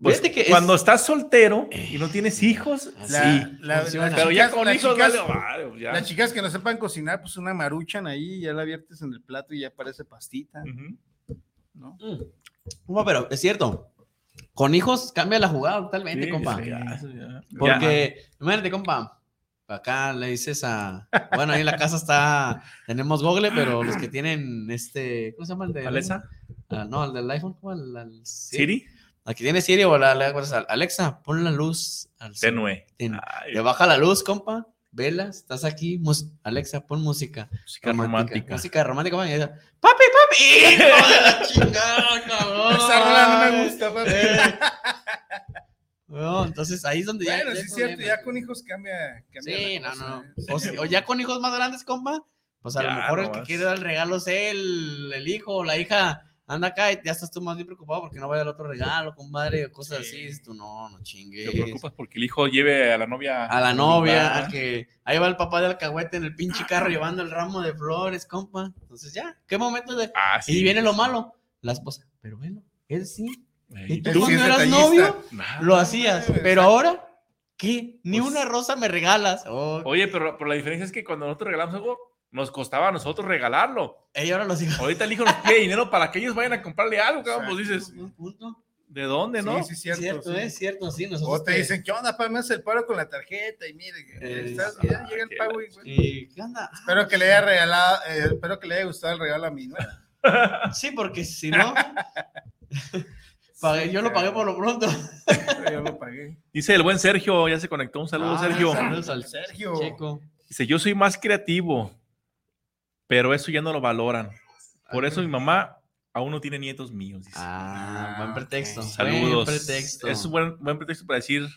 Pues,
Fíjate que es-
cuando estás soltero y no tienes hijos,
Ah,
La-
Eh, sí.
la-
funciona.
las
Pero ya
chicas-
con
las
hijos,
chicas-
vale, vale, ya.
Las chicas que no sepan cocinar, pues una maruchan ahí, ya la viertes en el plato y ya parece pastita,
Ujú.
¿no?
Mm. Compa, pero es cierto. Con hijos cambia la jugada totalmente,
Sí,
compa.
sí, ya, eso ya.
Porque, imagínate, compa. Acá le dices a. Bueno, ahí en la casa está. Tenemos Google, pero los que tienen este. ¿Cómo se llama el de.
Ya. Alexa,
Ah, no, el del iPhone. ¿cómo? El- el-
Siri,
Aquí tiene Siri o la, la- pues, Alexa, pon la luz al
tenue.
tenue.
Ay,
Le baja la luz, compa. Velas, estás aquí. mus- Alexa, pon música.
música romántica.
Música romántica. compa, y ella, Papi, papi. Hijo de la chingada, cabrón.
Esa rola no me gusta, papi.
Eh. No, entonces ahí es donde ya.
Bueno,
ya
sí es
es
cierto,
problema.
ya con hijos cambia. cambia
Sí, no,
la cosa,
no.
¿eh?
O, si- o ya con hijos más grandes, compa. Pues a lo
Ya,
mejor el que
nomás.
quiere dar el regalo es él, el hijo o la hija. Anda acá y ya estás tú más bien preocupado porque no vaya el otro regalo, compadre, o cosas
Sí.
así. Dices tú, no, no chingues.
Te preocupas porque el hijo lleve a la novia
a la
un
novia,
lugar.
a que ahí va el papá de alcahuete en el pinche carro llevando el ramo de flores, compa. Entonces ya, qué momento de...
Ah, sí.
Y viene lo malo, la esposa. Pero bueno, él sí.
Ey,
Y tú
Él sí
tú,
es
cuando eras
detallista.
novio,
nada.
lo hacías. Pero ahora, ¿qué? Ni
Ah, Pues-
una rosa me regalas. Oh,
Oye, pero, pero la diferencia es que cuando nosotros regalamos algo, nos costaba a nosotros regalarlo.
ella ahora los hijos.
Ahorita el hijo nos pide dinero para que ellos vayan a comprarle algo, cabrón. Pues
Exacto.
dices,
Sí.
Punto.
¿de dónde, no?
Sí, sí, cierto.
cierto,
sí.
es cierto, sí. Nosotros
O te dicen, ¿qué onda, pa? Me haces el paro con la tarjeta y mire,
Eh,
estás-
sí.
ya llega el
Ah, Qué
pago y...
"¿Y ¿Qué onda? Ah,
Espero que le haya regalado, eh, espero que le haya gustado el regalo a mi nuera.
Sí, porque si no, pagué- yo lo pagué por lo pronto.
Pero Yo lo pagué.
Dice el buen Sergio, ya se conectó. Un saludo,
Ah,
Sergio.
Saludos al
Sergio.
Checo.
Dice, yo soy más creativo, pero eso ya no lo valoran. Por eso mi mamá aún no tiene nietos míos. dice.
Ah, buen
Ah,
pretexto.
ok.
Saludos.
Buen pretexto.
Es un buen, buen pretexto para decir,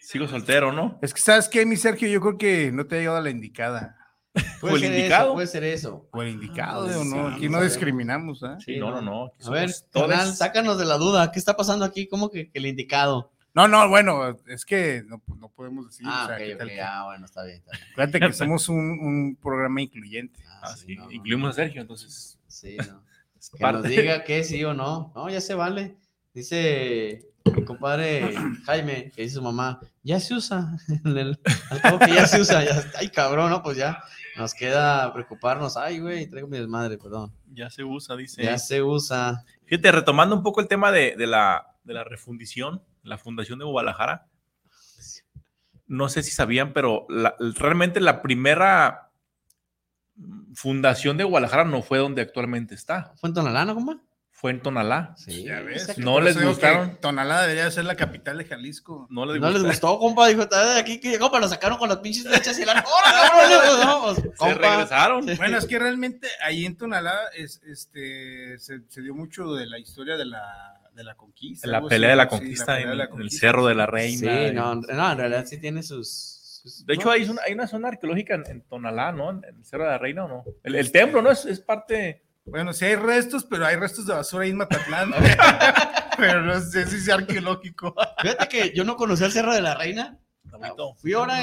sigo soltero, ¿no?
Es que, ¿sabes qué, mi Sergio? Yo creo que no te ha llegado la indicada.
Puede
o el
ser eso,
indicado.
puede ser eso.
O el indicado, ¿eh? ¿o
sí,
no?
no
Aquí no
sabemos.
discriminamos, ¿ah?
Sí, no, no, no.
A ver,
Somos todos-
canal, sácanos de la duda. ¿Qué está pasando aquí? ¿Cómo que, que el indicado?
No, no, bueno, es que no, pues, no podemos decir.
ah,
o sea,
ok,
¿qué
ok.
tal que-
Ah, bueno, está bien. Está bien.
Acuérdate que somos un, un programa incluyente.
Ah,
Ah, sí,
no, no,
Incluimos a Sergio, entonces.
no. Sí, no.
es
Que nos
parte.
diga que sí o no. No, ya se vale. Dice mi compadre Jaime, que dice su mamá, ya se usa. en el- al cabo que ya se usa. ya- ay, cabrón, ¿no? Pues ya nos queda preocuparnos. Ay, güey, traigo mi desmadre, perdón.
Ya se usa, dice.
Ya se usa.
Fíjate, retomando un poco el tema de, de la, de la refundición, la fundación de Guadalajara, no sé si sabían, pero la- realmente la primera mm, fundación de Guadalajara no fue donde actualmente está,
¿Fue en Tonalá, no, compa?
fue en Tonalá.
Sí.
Ya ves,
No
por
les
eso digo
gustaron.
que Tonalá debería ser la capital de Jalisco.
No les
No les
gusta.
gustó, compa. Dijo, "Está de aquí que compa, lo sacaron con las pinches flechas y el arco. ¡Hola, cabrón! No, pues,
Se
compa.
regresaron.
Bueno, es que realmente ahí en Tonalá es, este, se, se dio mucho de la historia de la, de la conquista.
La
algo
pelea
así,
de la
sí,
conquista
pelea
en,
de la
en el
conquista.
Cerro de la
Sí,
Reina. y-
no, no, en realidad sí tiene sus. sus-
De hecho,
no,
hay una, hay una zona arqueológica en, en Tonalá, ¿no? En el Cerro de la Reina, ¿o no? El, el templo, ¿no? Es, es parte...
Bueno, sí hay restos, pero hay restos de basura ahí en Matatlán. pero no sé si es arqueológico.
Fíjate que yo no conocía el Cerro de la Reina.
Bueno,
Fui ahora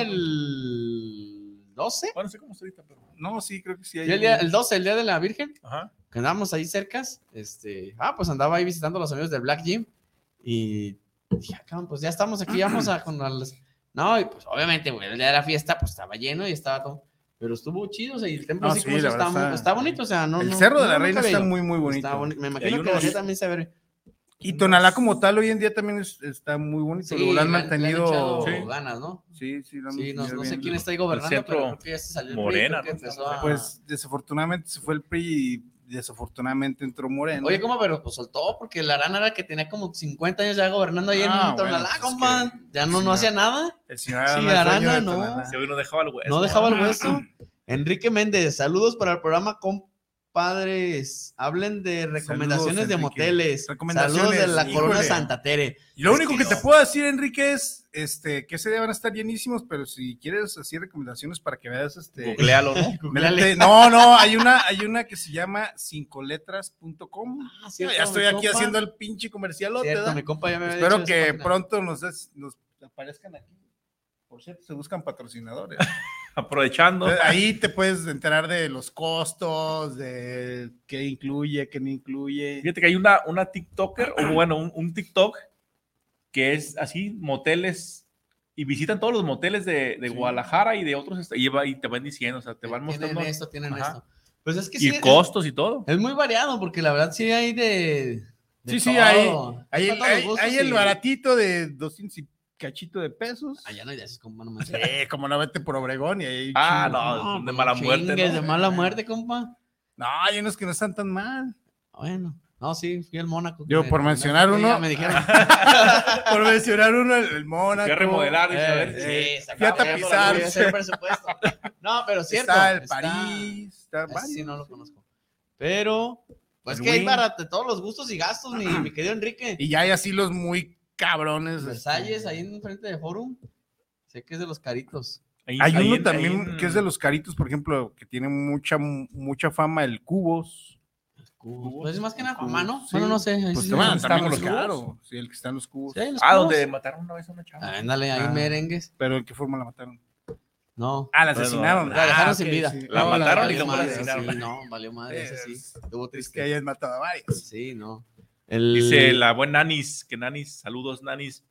el 12.
no sé cómo está ahorita, pero...
No, sí, creo que sí hay.
Yo el, día- el 12, el día de la Virgen,
Ajá.
que andábamos ahí cercas. Este, ah, pues andaba ahí visitando a los amigos del Black Gym. Y dije, "Ah, cabrón, pues ya estamos aquí, vamos a con las. No, y pues obviamente, güey, el día de la fiesta, pues estaba lleno y estaba todo. Pero estuvo chido, o sea, y el templo
No,
así
sí,
como
la
está,
verdad
muy-
está-
está bonito, o sea, no.
el
no-
Cerro de la
no,
Reina
nunca he
está
ido.
muy, muy bonito.
Está boni- Me
Y hay
imagino que
unos-
debería también saber.
Y Tonalá como tal hoy en día también es- está muy bonito. lo han mantenido.
sí.
Sí,
ganas, ¿no?
sí, sí, lo han
Sí, no,
mantenido
no sé
bien.
quién está ahí gobernando,
centro
pero creo que ya se salió el PRI,
Morena,
creo que
¿no?
empezó a-
Pues desafortunadamente se fue el PRI y desafortunadamente entró Moreno.
Oye, ¿cómo? Pero pues soltó, porque la rana era que tenía como 50 años ya gobernando ahí
Ah,
en
bueno,
Tonalá,
pues es
compa.
que-
ya no,
sí,
no
no.
hacía nada,
el señor Arana
sí,
es
Arana,
dueño de
no.
Tonalá.
Si hoy no dejaba el
pues,
hueso.
Ah. no dejaba el hueso. Enrique Méndez, saludos para el programa Compadres. Hablen de recomendaciones
Saludos,
de
Enrique.
moteles.
Recomendaciones,
saludos de la
híjole.
Corona Santa Tere.
Y lo
Es
único
que
que,
no.
te puedo decir, Enrique, es este, que ese día van a estar llenísimos, pero si quieres así recomendaciones para que veas este.
Googlealo, ¿no?
Métete- No, no, hay una, hay una que se llama cincoletras.com.
Ah, cierto,
Ya estoy
mi
aquí
compa.
haciendo el pinche comercialote,
Cierto,
¿verdad?
mi compa ya me había
Espero
dicho
que
de esa página.
pronto nos, des- nos aparezcan aquí. Por cierto, se buscan patrocinadores.
Aprovechando.
Entonces, Ahí te puedes enterar de los costos, de qué incluye, qué no incluye.
Fíjate que hay una, una TikToker, o bueno, un, un TikTok que es así, moteles, y visitan todos los moteles de, de
Sí. Eh,
Guadalajara y de otros, est- y, va- y te van diciendo, o sea, te van
Tienen
mostrando
esto, tienen
Ajá.
esto. Pues es que sí.
y
es-
costos y todo.
Es muy variado, porque la verdad sí hay de. de
Sí, sí,
todo.
hay-
Hay
Hay
para
el,
todos los
hay-
gustos
hay el
y-
baratito de 200 y cachito de pesos.
Allá no hay de esos, compa, no manches.
Eh, como no vete por Obregón y ahí.
Ah,
chingo.
no, de
pues,
mala
chingues,
muerte. ¿no?
de mala muerte, compa.
No, hay unos que no están tan mal.
Bueno, no, sí, fui al Mónaco.
Digo,
que
por
me-
mencionar
me-
uno.
ya Me dijeron.
Por mencionar uno, el, el Mónaco.
Voy a remodelar, dice, a ver.
eh,
Sí, se
fui a
acaba de
tapizar.
hacer la- hacer presupuesto. No, pero cierto.
está el
está-
París, está
ese Sí,
varios.
no lo conozco. Pero, pues
El
que hay
Wynn.
para de todos los gustos y gastos, mi, mi querido Enrique.
Y ya hay así los muy cabrones.
Versalles,
este.
ahí en frente de Forum. Sé que es de los caritos.
Ahí-
Hay
ahí
uno
en-
también
ahí en-
que es de los caritos, por ejemplo, que tiene mucha mucha fama, el Cubos.
Cubos. Pues es más que nada
Cubos,
mamá, ¿no?
sí.
Bueno, no sé. ahí
Pues
sí
te
no
van a
sé.
también
los
los
Cubos?
caro. Sí, el que está en los Cubos.
Sí, ahí los
Ah,
Cubos.
donde mataron una vez a una chava.
Ándale, ahí
Ah.
merengues.
Pero ¿en qué forma la mataron?
No.
Ah, la
Bueno,
asesinaron.
La dejaron
Ah,
sin
ok,
vida.
sí.
La
No,
mataron y
valió
luego la
madre,
asesinaron.
sí, no, valió madre, ese sí. Estuvo
Es
triste.
que hayan matado a varios.
Sí, no. El...
Dice la buena Nanis, que Nanis, saludos Nanis.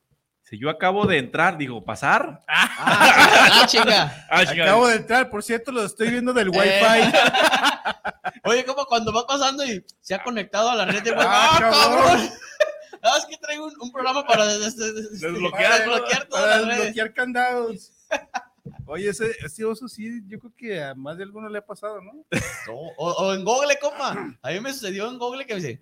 Dice, yo acabo de entrar, digo, ¿pasar?
Ah, ah, chinga.
Ah, chingada.
Acabo de entrar, por cierto, lo estoy viendo del Wi-Fi.
Eh. Oye, como cuando va pasando y se ha conectado a la red de Wi-Fi.
Ah,
¡Ah,
cabrón!
cabrón! Ah, es que traigo un, un programa para des- des- des-
Desbloquear,
para desbloquear todas
para
las redes.
desbloquear candados. Oye, ese, ese oso sí, yo creo que a más de alguno le ha pasado, ¿no?
No, o, o en Google, compa. A mí me sucedió en Google que me dice,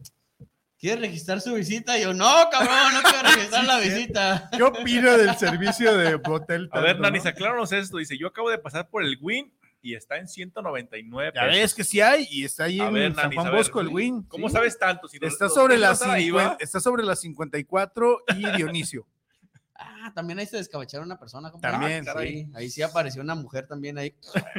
¿quieres registrar su visita? Y yo, no, cabrón, no quiero registrar la visita.
¿Qué opina del servicio de Botel?
A ver, Nanis,
ya
acláranos esto. Dice, yo acabo de pasar por el Win y está en 199 pesos.
ves que sí hay y está ahí
A
en
ver,
San
Nanis, a
Juan
ver,
Bosco, el
sí.
Win.
¿Cómo sabes tanto? Si no-
Está
no-
sobre,
no
la
estaba ahí, ¿va?
50 está sobre las 54 y Dionisio.
Ah, también ahí se descabecharon una persona, compa.
También,
Ah, caray. Ahí sí apareció una mujer también ahí.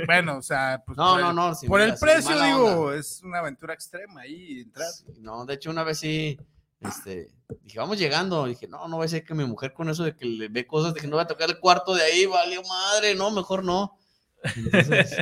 bueno, o sea, pues
No,
por
no,
el-
no. sin
por el
mala- sin
precio,
mala
digo,
onda.
es una aventura extrema ahí entrar.
Sí, No, de hecho, una vez sí, este, dije, vamos llegando. Dije, no, no va a ser que mi mujer con eso de que le ve cosas, de que no va a tocar el cuarto de ahí, valió madre, no, mejor no. Entonces,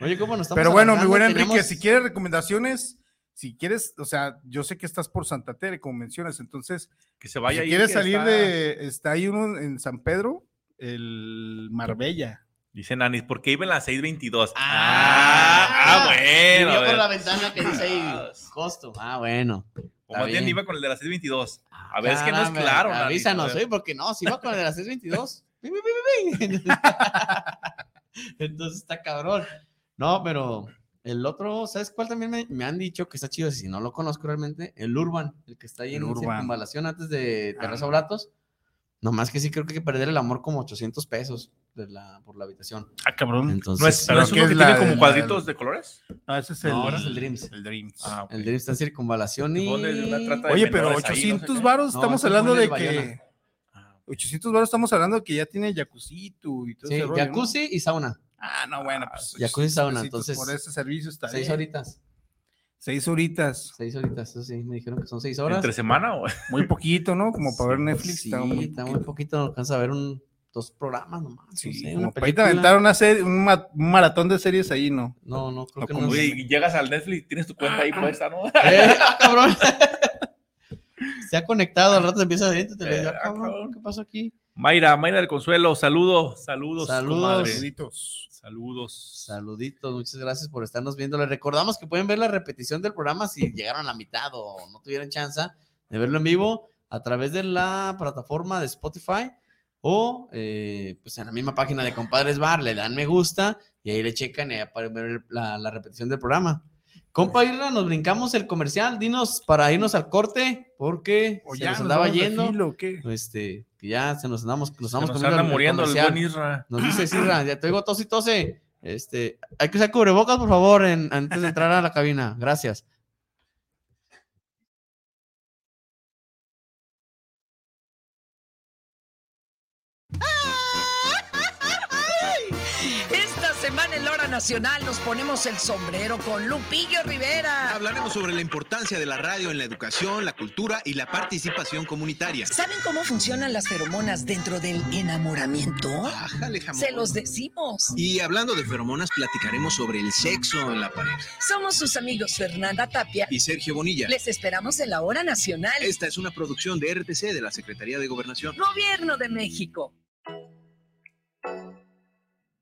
oye, ¿cómo nos estamos
Pero bueno, mi
alargando?
buen Enrique,
Teníamos-
si quieres recomendaciones, si quieres, o sea, yo sé que estás por Santa Tere, como mencionas, entonces,
Que se vaya
si
ahí,
quieres
que
salir
está-
de, está ahí uno en San Pedro, el Marbella.
Dice Nanis, ¿por qué iba en las 6.22?
Ah.
Ah, ah, bueno.
Y yo
a
por
ver.
la ventana que dice ahí, costo. Ah, bueno.
O más bien
bien.
iba con el de las 6.22.
Ah,
A ver, es que no es
Caramba,
claro. Nanis,
Avísanos,
a ver.
¿eh?
oye, porque no, si va con el de las 622. pi, pi, pi, pi, pi. Entonces está cabrón. No, pero el otro, ¿sabes cuál también me, me han dicho que está chido? Si no lo conozco realmente, el Urban, el que está ahí
El
en
Urban.
circunvalación antes de Terraza
Ah.
Oblatos. Nomás que sí creo que hay que perder el amor como 800 pesos de la, por la habitación.
Ah, cabrón.
Entonces,
¿No es,
Pero
no es
¿qué
uno
es
que
la
tiene
del-
como
la
cuadritos
del-
de colores?
No, ese es el,
No, ese es el Dreams.
el Dreams.
Ah, ok.
El Dream está en circunvalación y...
Supone una trata de
Oye, pero
menores ahí, no sé
800
qué.
varos,
No,
estamos
ese
hablando
fue
de
en el
que...
Bayona.
Ah, 800 varos, estamos hablando de que ya tiene jacuzzi tú y todo
Sí,
ese rollo, ¿no?
jacuzzi y sauna.
Ah, no, bueno, pues.
Jacuzzi y sauna,
800
entonces,
Por ese servicio está
Seis
bien.
horitas.
Seis horitas.
Seis horitas, eso sí, me dijeron que son seis horas.
¿Entre semana o
Muy poquito, ¿no? Como para ver Netflix.
Sí,
está muy poquito.
poquito, no alcanza a ver un, dos programas nomás. no
Sí,
sé,
como
una
para irte a
película.
aventar una serie, un, ma- un maratón de series ahí, ¿no?
No, no, creo
No,
que
como
no.
Oye,
sé.
y llegas al Netflix, tienes tu cuenta ahí
Ah.
puesta, ¿no?
¡Eh, ah, cabrón! Se ha conectado, al rato empieza a decirte, te
Eh,
digo,
ah,
cabrón,
cabrón.
¿qué pasó aquí?
Mayra, Mayra del Consuelo, saludos, saludos,
Saludos.
comadre.
Saluditos.
Saludos.
Saluditos, muchas gracias por estarnos viendo. Les recordamos que pueden ver la repetición del programa si llegaron a la mitad o no tuvieron chance de verlo en vivo a través de la plataforma de Spotify o eh, pues en la misma página de Compadres Bar, le dan me gusta y ahí le checan y ahí pueden ver la, la repetición del programa. Compa Irra, nos brincamos el comercial, dinos para irnos al corte porque
O
se
ya
nos andaba
vamos de
yendo,
filo, ¿o qué?
este, que ya se nos andamos, nos
Se
estamos
Nos
comiendo
anda
el- el
muriendo el
comercial.
buen Isra.
Nos dice Sirra, ya te digo tos y tose. Este, hay que usar cubrebocas, por favor, en- antes de entrar a la cabina. Gracias.
Esta semana en la hora nacional nos ponemos el sombrero con Lupillo Rivera.
Hablaremos sobre la importancia de la radio en la educación, la cultura y la participación comunitaria.
¿Saben cómo funcionan las feromonas dentro del enamoramiento?
Bájale, jamón.
Se los decimos.
Y hablando de feromonas, platicaremos sobre el sexo en la pareja.
Somos sus amigos Fernanda Tapia.
Y Sergio Bonilla.
Les esperamos en la hora nacional.
Esta es una producción de RTC de la Secretaría de Gobernación.
Gobierno de México.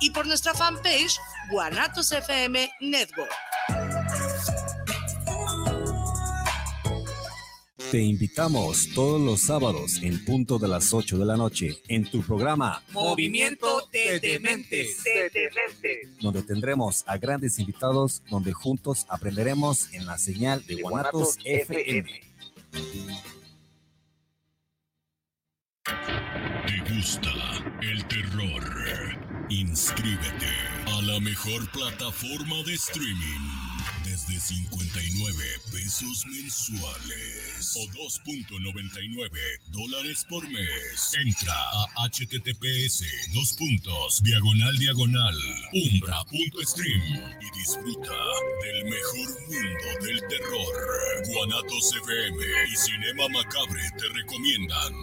y por nuestra fanpage Guanatos FM Network.
Te invitamos todos los sábados en punto de las 8 de la noche en tu programa,
Movimiento de Dementes.
donde tendremos a grandes invitados, donde juntos aprenderemos en la señal de Guanatos FM.
¿Te gusta el terror? Inscríbete a la mejor plataforma de streaming. Desde 59 pesos mensuales o 2.99 dólares por mes. Entra a https dos puntos diagonal diagonal umbra.stream y disfruta del mejor mundo del terror. Guanatos FM y Cinema Macabre te recomiendan.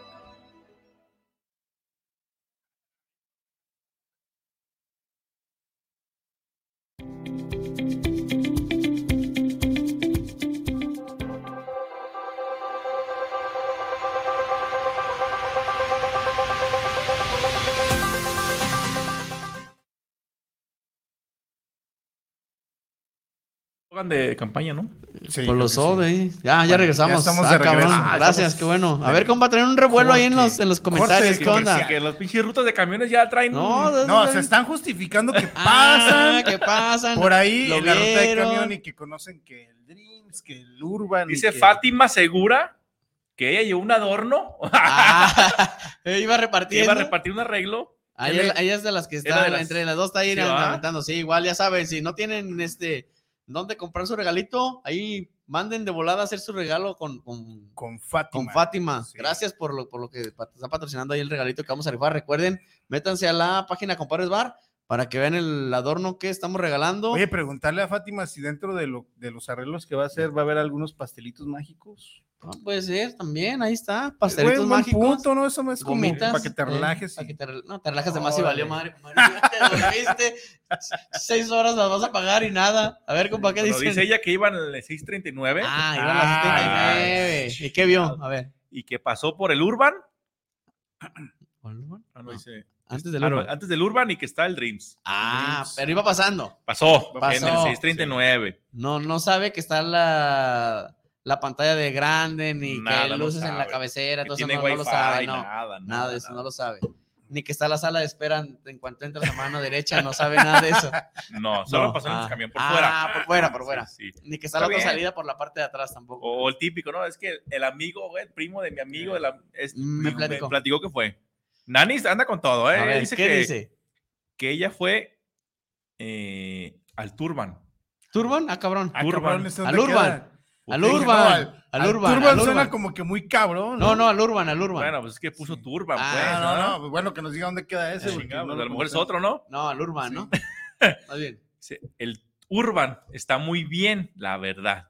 Drogas estaban de campaña, ¿no?
Sí, Por los O de ahí. Ya, ya regresamos.
ya estamos
Ah,
de regreso.
cabrón.
Ah,
Gracias,
estamos-
qué bueno. A ver cómo va a tener un revuelo ahí en los, en los comentarios.
Que-
¿Qué onda?
Que, que las pinches rutas de camiones ya traen.
No,
un-
No, se están justificando que
Ah,
pasan.
que pasan.
Por ahí
Lo
en la ruta de
vieron.
camión y que conocen que el Dreams, que el Urban. y
Dice
que-
Fátima Segura que ella llevó un adorno.
Ah, eh, iba a repartir.
Iba a repartir un arreglo.
Ahí
Tiene-
es- ahí es de las que
Era
está
de las-
entre las dos está ahí
Sí, ¿va?
lamentando. Sí, igual ya saben, si no tienen este dónde comprar su regalito, ahí manden de volada a hacer su regalo con, con,
con Fátima.
con Fátima. Gracias por lo, por lo que pat- está patrocinando ahí el regalito que vamos a rifar. Recuerden, métanse a la página Compadres Bar para que vean el adorno que estamos regalando.
Oye, preguntarle a Fátima si dentro de, lo, de los arreglos que va a hacer va a haber algunos pastelitos mágicos.
Ah, puede ser también, ahí está.
Güey,
Pastelitos
buen
mágicos.
punto, ¿no? Eso no es como
gomitas,
para que te
eh,
relajes.
para
y-
que te rel- no, te relajas demasiado y
Órale.
valió madre. madre, ya te dormiste. Seis horas las vas a pagar y nada. A ver, compa, ¿qué
Pero
dicen?
dice ella que iban en el
¿eh?
639
Ah, iba a las
Ah,
79. ¿Y qué vio? A ver.
y que pasó por el Urban. Ah, no,
No,
dice-
Antes del
ah, no,
Urban.
antes del Urban y que está el Dreams.
Ah,
Dreams.
pero iba pasando.
Pasó,
Pasó.
en el 639.
No, no sabe que está la, la pantalla de grande, ni
Nada,
que hay
no
luces en la
sabe.
cabecera,
Que
todo eso
tiene
no, no lo
wifi,
sabe, no. Nada,
nada,
de eso no lo sabe. Ni que está la sala de espera en en cuanto entras a mano derecha, no sabe nada de eso.
No, solo
No.
pasó en
Ah.
el camión por
Ah,
fuera.
por fuera, por fuera.
Sí, sí.
Ni que está,
Está
la otra
bien.
salida por la parte de atrás tampoco.
O el típico, ¿no? Es que el amigo, güey, el primo de mi amigo, el am- es-
Eh, mm, Me platicó.
que fue. Nani anda con todo, ¿eh?
A ver,
dice
¿qué
que,
dice?
que ella fue eh, al Turban.
¿Turban? Ah, cabrón.
Ah,
Urban.
cabrón, ¿eso
Al
dónde
Urban.
queda?
Al
Dije, no,
Urban. Al Urban. al
suena
Urban.
como que muy cabrón.
No, no, al Urban, al Urban.
Bueno, pues es que puso Turban,
Ah,
pues.
Ah,
No,
no, no, Bueno, que nos diga dónde queda ese. porque
Chingado,
no
pues,
lo
a lo mejor es
conocemos.
otro, ¿no?
No, al Urban, ¿no? Más bien.
Dice, El Urban está muy bien, la verdad.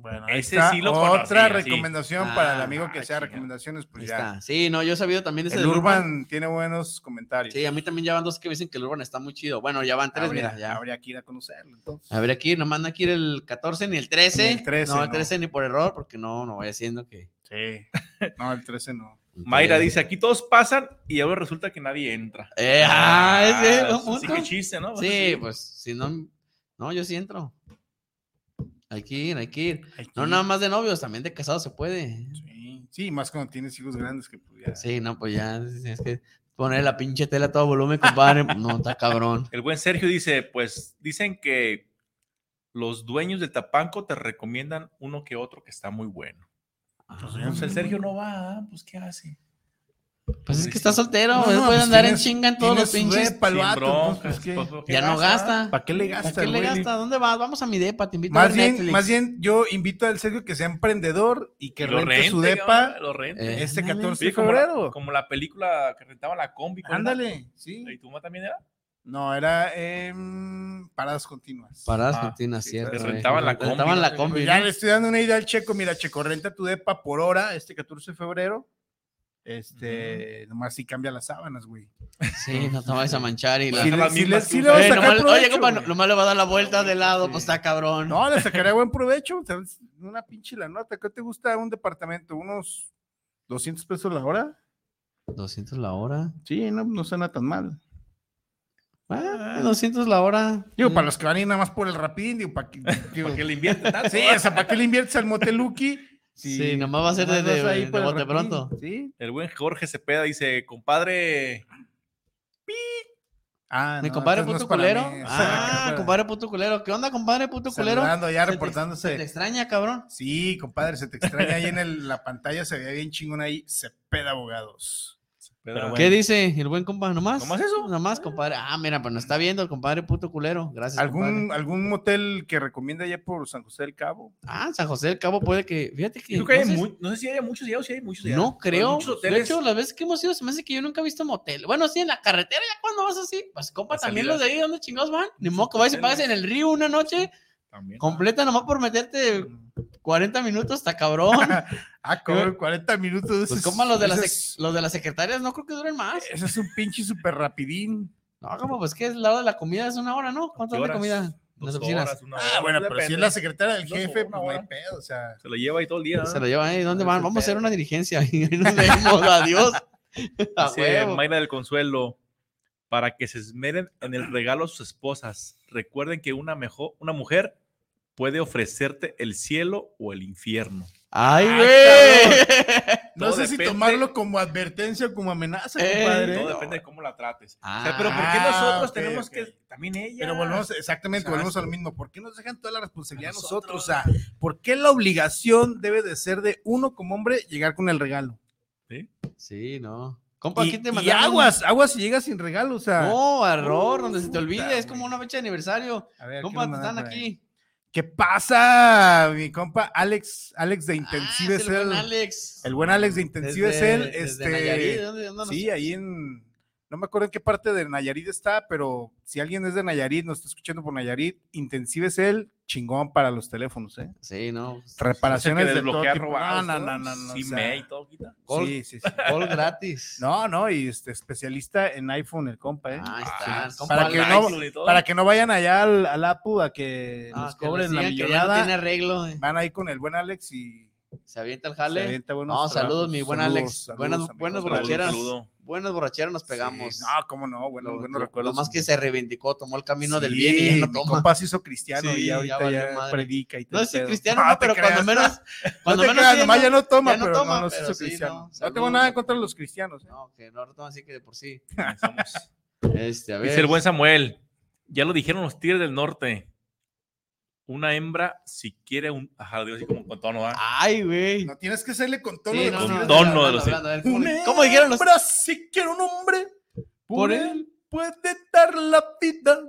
Bueno,
Ese
está
sí lo
Otra
conocía, sí.
recomendación
Ah,
para el amigo que
ah,
sea
chinga.
recomendaciones, pues
Ahí
ya.
está. Sí, no, yo he sabido también de ese
El
del
Urban, tiene buenos comentarios.
Sí, a mí también ya van dos que me dicen que el Urban está muy chido. Bueno, ya van tres,
habría,
mira, ya. Ah.
habría que ir a conocerlo. Entonces.
A ver aquí, no manda aquí el 14 ni el 13.
Ni el 13,
no, el
no.
13 ni por error, porque no, no vaya siendo que.
Sí. No, el 13 no.
Mayra dice, aquí todos pasan y ahora resulta que nadie entra.
Eh, ah, ese es un
sí,
punto.
que chiste, ¿no?
Sí, pues si no. No, yo sí entro. Hay que ir, hay que ir. No, nada más de novios, también de casados se puede.
Sí. Sí, más cuando tienes hijos grandes que pues ya.
Sí, no, pues ya. Es que poner la pinche tela a todo volumen, compadre. No, está cabrón.
El buen Sergio dice, pues dicen que los dueños del Tapanco te recomiendan uno que otro que está muy bueno.
Ah.
Pues el Sergio no va, ¿ah? pues ¿qué hace?
Pues es que está soltero,
No,
él
no,
puede
pues
andar
tienes-
en chinga en todos los
tienes
pinches.
depa el
Sin
vato,
broncas,
pues, pues, ¿qué?
pues, ¿qué
Ya no gasta.
¿Para qué le gasta?
¿Para qué le
güey?
gasta? ¿Dónde vas? Vamos a mi depa, te invito a
Más
ver
bien,
Netflix.
más bien, yo invito al Sergio que sea emprendedor y que
Y lo
rente,
rente,
su
cabrón,
depa
Lo rente.
Eh,
este
ándale.
14
Oye,
de
como, la,
febrero.
como la película que rentaba la combi. con-
Ándale, sí.
¿Y tu mamá también era?
No, era em, paradas continuas.
Paradas
Ah,
continuas,
sí,
cierto.
les
eh.
rentaban la combi,
Rentaban
¿no?
la combi.
Pues Ya
¿no?
le estoy dando una idea al Checo. Mira, Checo, renta tu depa por hora este 14 de febrero. Este, nomás si cambia las sábanas, güey.
Sí, no te vayas a manchar y la.
Si
son
le-
las
si
mismas
le-
que
si le
usas.
vas a
Eh,
sacar
nomás- oye,
provecho,
compa,
güey.
nomás le va a dar la vuelta de lado,
Sí.
pues está cabrón.
No, le sacaría buen provecho. te vas- Una pinche la nota. ¿Qué te gusta un departamento? ¿Unos 200 pesos la hora?
200 la hora.
Sí, no, no suena tan mal.
Ah, 200 la hora.
Digo,
Mm.
para los que van a ir nada más por el rapidín, digo, para que, digo,
¿Por qué le inviertes tanto?
sí, o sea, ¿para qué le inviertes al moteluki?
Mm, Sí, nomás va a ser de, de, de bote pronto.
Sí.
El buen Jorge Cepeda dice, compadre,
Ah,
Mi
no,
compadre
entonces
puto
no es para
culero.
mí, esa es
Ah,
para-
compadre puto culero. ¿Qué onda, compadre puto culero?
Saludando ya,
Se te-
reportándose.
se Te extraña, cabrón.
Sí, compadre, se te extraña ahí en el- la pantalla, se veía bien chingón ahí, Cepeda Abogados.
Pero
¿Qué dice el buen compa? ¿Nomás?
¿Nomás eso?
Nomás, compadre. Ah, mira, pues nos está viendo el compadre puto culero. Gracias,
¿Algún,
compadre.
¿Algún motel que recomienda allá por San José del Cabo?
Ah, San José del Cabo puede que... Fíjate que...
Yo creo que hay
no sé-
mu- no sé si hay muchos ya o si hay muchos ya.
No creo.
Muchos
de
hoteles.
hecho, las veces que hemos ido, se me hace que yo nunca he visto motel. Bueno, sí, en la carretera, ya cuando vas así, pues compa,
Las
también
salidas.
los de ahí, ¿dónde chingados van? Ni modo que vayas y
hoteles.
pagas en el río una noche
También.
completa, nomás por meterte 40 minutos, hasta cabrón.
Mm. Ah, cabrón, 40 minutos. ese
Pues
es-
como los de, las,
ese
sec- los de las secretarias, no creo que duren más.
Eh.
es- Ese es un pinche súper rapidín.
No, como pues que es la hora de la comida, es una hora, ¿no? ¿Cuánto es la
horas?
comida? En
Dos
las oficinas.
horas, una
Ah,
hora,
bueno,
pues,
pero si es
depende.
la secretaria del
Dos o
jefe, pues
una
no hay
hora.
pedo, o sea.
Se lo lleva ahí todo el día. ¿ah?
Se
¿no?
lo llevan ahí. ¿Dónde
Ese
van? Vamos a hacer
pedo.
una dirigencia. Y ahí nos vemos. Adiós. A
Dice
huevo.
Mayra del Consuelo, para que se esmeren en el regalo a sus esposas. Recuerden que una, mejor, una mujer puede ofrecerte el cielo o el infierno.
¡Ay,
güey!
No
Todo
sé si
depende-
tomarlo como advertencia o como amenaza,
Eh,
compadre.
Todo
No.
depende de cómo la trates.
Ah.
O sea, pero ¿por qué nosotros
ok,
tenemos
ok.
que también ella?
Pero volvemos, exactamente,
Exacto.
volvemos a lo mismo. ¿Por qué nos dejan toda la responsabilidad
A
a nosotros? O sea, ¿por qué la obligación debe de ser de uno como hombre llegar con el regalo?
Sí, no. Compa,
Y-
¿quién te
y,
mandaron?
aguas, aguas si llegas sin regalo, o sea.
No, error, donde se te olvide.
Puta,
Es como
güey.
una fecha de aniversario.
A ver, ¿qué
Compa,
nos
te
mandan
están
por ahí?
aquí.
¿Qué pasa, mi compa Alex? Alex
Ah,
de
Intensive
Intensive es él.
Alex.
El buen Alex de Intensive
Desde-
es él.
desde
Este,
Nayarit, ¿dónde- dónde nos-
Sí, ahí en. No me acuerdo en qué parte de Nayarit está, pero si alguien es de Nayarit, nos está escuchando por Nayarit, Intensive es el chingón para los teléfonos, ¿eh?
Sí, no. pues,
Reparaciones
que
de todo
desbloquea
tipo.
robados.
no, no, no, no, o
Sí,
sea,
me y todo quita.
Col-
sí, sí, sí.
Gol gratis.
No, no, y este especialista en iPhone, el compa, ¿eh?
Ahí está.
sí.
compa
para, que
Alex.
no,
iPhone y todo.
para que no vayan allá al, al APU a que
Ah,
nos
que nos
cobren la
digan que ya no
millonada.
tiene arreglo. eh.
Van ahí con el buen Alex y
Se avienta el
se
jale.
avienta buenos
No, saludos,
tragos.
mi buen
Saludos,
Alex.
saludos,
buenas,
amigos.
buenas
Saludos,
borracheras.
saludo.
Buenas borracheras nos
Sí,
pegamos.
no, cómo no, bueno,
lo,
buenos
lo-
recuerdos.
lo más que se reivindicó, tomó el camino del
Sí,
bien y ya no
mi
toma.
compa se hizo cristiano
Sí, ya
y ya ahorita
valió
ya
madre.
predica y todo
No
el
sé si
pedo.
cristiano,
No
no,
te
pero cuando
creas.
menos. Cuando
no te
menos.
creas,
tiene-
nomás ya no toma,
ya no
pero
toma,
no, no se
pero
hizo
sí,
cristiano.
no,
No, tengo nada en
saludos.
contra de los cristianos. ¿eh?
No, que no retoma así que de por sí.
Somos-
Este, a ver.
Dice el buen Samuel. Ya lo dijeron los tigres del norte. Una hembra, si quiere un. Ajá, digo así como con tono, ¿ah?
Ay, güey.
No tienes que serle con todo
Sí,
lo
no,
que
no,
quieras.
Don- tono de
hablando,
los-
hablando, a ver, ¿cómo,
Un
le- cómo dijeron los
hombre, si quiero un hombre,
por él?
puede dar la vida.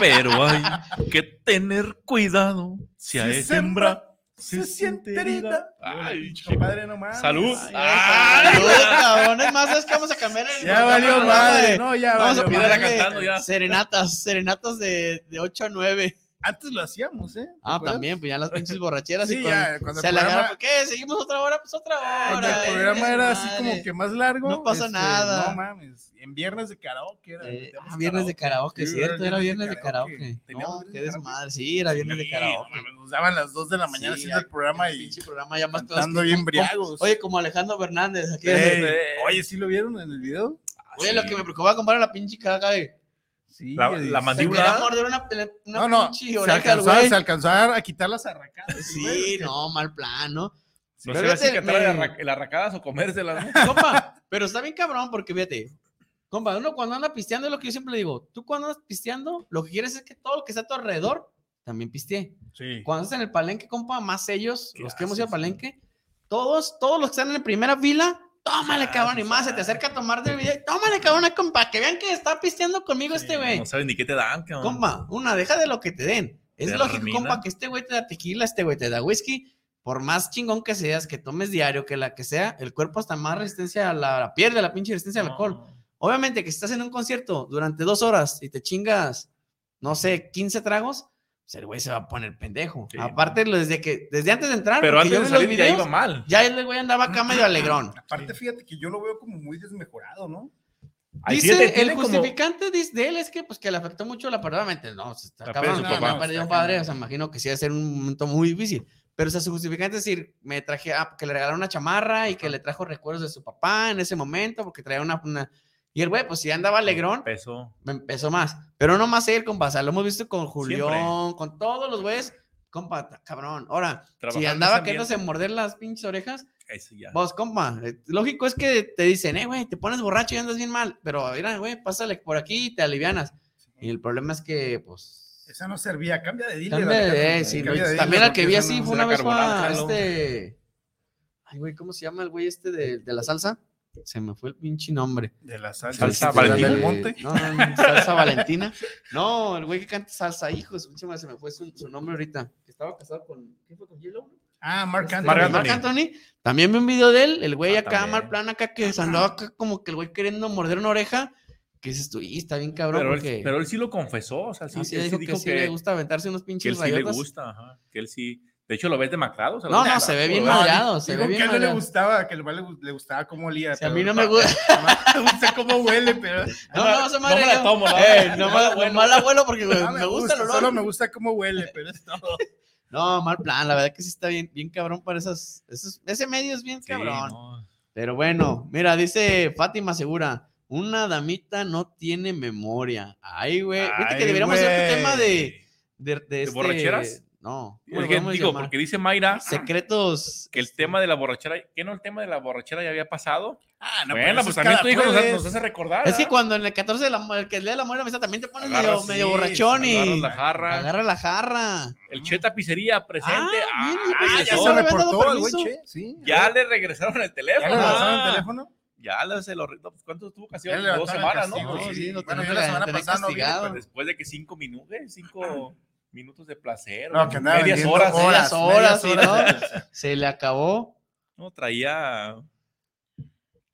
Pero hay que tener cuidado. Si a
Si
es
es
hembra.
Se siente herida.
Ay,
Compadre, no mames.
Salud.
Ay,
Ay,
cabrón, cabrón, es más, es que vamos a cambiar el
Ya valió
programa,
madre.
güey.
No, ya
Vamos a
valió
ponerle
pirar
madre.
acá. cantando ya.
Serenatas, serenatas de, de 8 a 9.
Antes lo hacíamos, ¿eh? ¿Te
Ah,
acuerdas?
también, pues ya las pinches borracheras.
Sí,
y con-
ya, cuando el
se la
programa-
agarra, ¿Qué? ¿Seguimos otra hora? Pues otra
Cuando
hora.
el
eh,
programa era así
madre.
como que más largo. este,
No pasa nada.
No mames. En viernes de karaoke era.
Eh,
metíamos
ah, viernes de karaoke,
Sí,
cierto, era viernes de
karaoke.
karaoke.
Teníamos
No,
viernes
qué
de
desmadre, sí, era viernes de
Sí,
karaoke.
no mames, Nos daban las 2 de la mañana
Sí,
haciendo
ya,
el programa
el
y
pinche programa ya más cosas
cantando
que-
bien
como-
briagos.
Oye, como Alejandro Fernández, aquí.
Ey,
eh,
oye, ¿sí lo vieron en el video?
Oye, lo que me preocupa comprar la pinche caga de.
Sí.
La-
oye,
la
Se
se
mandíbula.
quería
¿Mandíbula?
morder una, pele- una
No, no,
pinche
se
oreja al
alcanzaba,
güey.
se alcanzaba a quitar las arracadas.
Sí,
güey.
no, mal plan, ¿no?
No
Pero
sé si
fíjate,
que trae
me-
arra- el arracadas o comérselas. ¿no?
Compa, pero está bien cabrón porque fíjate, compa, uno cuando anda pisteando es lo que yo siempre le digo, tú cuando andas pisteando, lo que quieres es que todo lo que está a tu alrededor también pistee.
Sí.
Cuando estás en el palenque, compa, más ellos,
¿Qué
los que hemos ido al
haces,
palenque, todos, todos los que están en primera fila,
Ah,
tómale, cabrón, y más se te acerca a tomarte el video, y tómale, cabrón, compa, que vean que está pisteando conmigo este güey.
No saben ni qué te dan, cabrón.
Compa, una, deja de lo que te den. Es
Te
lógico,
arruina.
compa, que este güey te da tequila, este güey te da whisky. Por más chingón que seas, que tomes diario, que la que sea, el cuerpo hasta más resistencia a la, la pierde, la pinche resistencia al
No,
alcohol. Obviamente que si estás en un concierto durante dos horas y te chingas, no sé, 15 tragos, pues el güey se va a poner pendejo.
Sí,
Aparte, lo- desde que desde antes de entrar,
Pero
Ah, porque
antes
yo
de
vi los
salir ya
videos,
iba mal.
ya el güey andaba acá medio alegrón.
Aparte, fíjate que yo lo veo como muy desmejorado, ¿no?
Ahí
Dice,
fíjate,
el
tiene como-
justificante dis- de él es que, pues, que le afectó mucho la pérdida. Obviamente, No, se está
La
cabrón,
pérdida de su
porque
papá.
ha perdido
Está
un padre,
cañón.
o sea, imagino que sí va a ser un momento muy difícil. Pero, o sea, su justificante es decir, me traje, ah, que le regalaron una chamarra y que le trajo recuerdos de su papá en ese momento, porque traía una... una- Y el güey, pues, si andaba alegrón,
Peso.
me empezó más. Pero no más él, compa, o sea, lo hemos visto con Julián,
Siempre.
con todos los güeyes, compa, ta- cabrón. Ahora,
Trabajar
si
en
andaba
ese
queriéndose morder las pinches orejas,
Eso ya.
Vos, compa, eh, lógico es que te dicen, eh, güey, te pones borracho y andas bien mal, pero mira, güey, pásale por aquí y te alivianas. Y el problema es que, pues.
Esa no servía, cambia de dealer.
cambia de-
Alejandro,
eh, sí,
cambia
no,
de
también
dealer,
al que
porque
vi
esa
así
no
fue
será
una vez fue
carbonada,
a
jalo.
este. Ay, güey, ¿cómo se llama el güey este de, de la salsa? Se me fue el pinche nombre. Este,
De la salsa,
Salsa
de la
Valentina.
del monte.
No, no, no, salsa Valentina. No, el güey que canta salsa, hijo, su pinche madre, se me fue su, su nombre ahorita. Que estaba casado con. ¿Qué fue con Yellow?
Ah, Marc
Este,
Anthony.
Marc
Marc
Anthony.
Anthony. También vi un video de él, el güey
Ah,
acá,
también.
mal plan acá, que se andaba acá como que el güey queriendo morder una oreja. Que dices tú, "Y, está bien cabrón,
Pero,
porque
él, pero él sí lo confesó. O sea, sí,
así
él sí
dijo, que, sí le gusta aventarse unos
que él
pinches
sí le
rayotas.
gusta. ajá, Que él sí. De hecho, lo ves demacrado. o sea,
No,
lo-
no, se ve bien
lo-
madreado, se
Digo
ve bien
que a él no le
madreado.
gustaba, que el vale le, gustaba cómo olía.
Si a
pero-
mí no me gusta,
No me gusta cómo huele, pero.
no,
me-
no, esa
no
madre
me la
yo-
tomo, no,
eh,
no me
no me
la
la-
huelo.
mal abuelo porque güey,
no
me gusta el olor.
Solo me gusta cómo huele, pero es todo.
No, mal plan, la verdad que sí está bien, bien cabrón para esas, esos, ese medio es bien
Sí,
cabrón.
no.
Pero bueno, mira, dice Fátima Segura, una damita no tiene memoria. Ay, güey, viste
Ay,
que deberíamos hacer
güey.
un tema de de, de este-
borracheras?
No.
Es que
Podemos
digo,
llamar
porque dice Mayra
Secretos.
que el tema de la borrachera, que no el tema de la borrachera ya había pasado.
Ah, no, pero
bueno,
eso
pues
es
también
cada
tu hijo nos,
jueves.
nos hace recordar.
Es que
¿ah?
cuando en el 14 de la mu- el que lee la muerte de la mesa también te pones
Agarra
medio,
así,
medio borrachón
agarras
y
la jarra.
agarra la jarra.
El Che Tapicería presente.
Ah,
Ah,
bien, bien,
ya,
bien.
ya
regresó.
se
no le habían dado
reportó el güey,
permiso.
che, Sí.
Ya le regresaron el teléfono.
¿Ya le lanzaron
Ah,
el teléfono?
Ya le- se lo re- no, pues, ¿Cuánto tuvo casi
Ya le
dos
levantaron el
semanas,
castigo,
no?
No,
sí.
sí, lo
Bueno,
tenés
yo la
que-
semana
tenés
pasada no vine,
castigado.
Pues después de que cinco minutos, cinco minutos de placer,
Ah. No, que andaba
medias
vendiendo
horas, ¿eh?
horas.
horas.
horas,
medias
horas. Se le acabó.
No, traía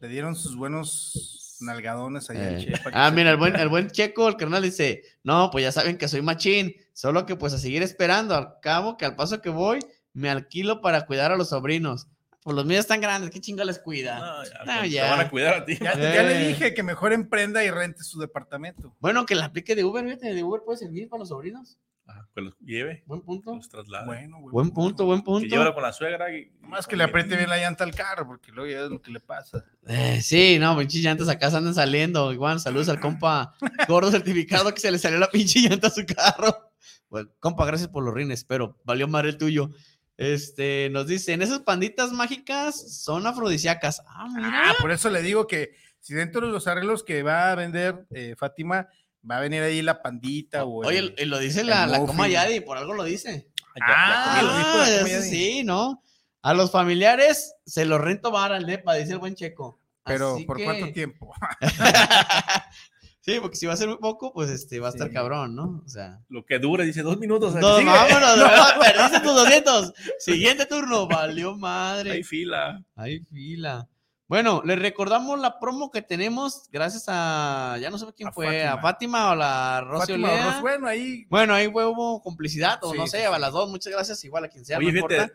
Le dieron sus buenos nalgadones ahí al
Eh,
che. para que
Ah,
se-
mira, el buen, el buen checo, el carnal dice, no, pues ya saben que soy machín, solo que pues a seguir esperando, al cabo que al paso que voy, me alquilo para cuidar a los sobrinos. Pues los míos están grandes, ¿qué chinga les cuida?
No, ya,
No,
pues,
ya.
Te van a cuidar a ti.
Ah, Ya, ya le
Eh.
dije que mejor emprenda y rente su departamento.
Bueno, que la aplique de Uber, fíjate, de Uber puede servir para los sobrinos.
Ajá, Ah, que los lleve,
Buen punto.
Pues,
los traslade.
Bueno, güey.
Buen punto, buen
que llévalo
punto.
con la suegra. Y,
Más que le apriete bien la llanta al carro, porque luego ya es lo que le pasa.
Eh, sí, no, pinches llantas acá se andan saliendo. Igual, saludos al compa gordo certificado que se le salió la pinche llanta a su carro. Bueno, compa, gracias por los rines, pero valió madre el tuyo. Este, nos dicen, esas panditas mágicas son afrodisíacas. Ah, mira.
Ah, por eso le digo que si dentro de los arreglos que va a vender eh, Fátima, va a venir ahí la pandita o el-
Oye, y lo dice
el
la, la
muffin.
coma Yadi, por algo lo dice.
Ah,
Ah, lo dijo la
Ah,
coma
ese
Yadi.
sí, ¿no? A los familiares se los rento vara al depa, dice el buen checo.
pero
Así
¿por
que-
cuánto tiempo?
sí, porque si va a ser muy poco, pues este, va a estar cabrón, ¿no? O sea.
lo que dure, dice dos minutos. o sea, que
No,
sigue.
vámonos, no, perdiste tus 200. Siguiente turno, valió
Hay
madre.
fila.
Hay fila. Bueno, les recordamos la promo que tenemos gracias a, ya no sé quién
A
fue, a
Fátima.
Fátima o la Rocío
Fátima,
Lea.
Ros- bueno, ahí
Bueno, ahí hubo complicidad o
Sí,
no
sí,
sé, a las dos, muchas gracias, igual a quien sea,
Oye,
no importa.
fíjate,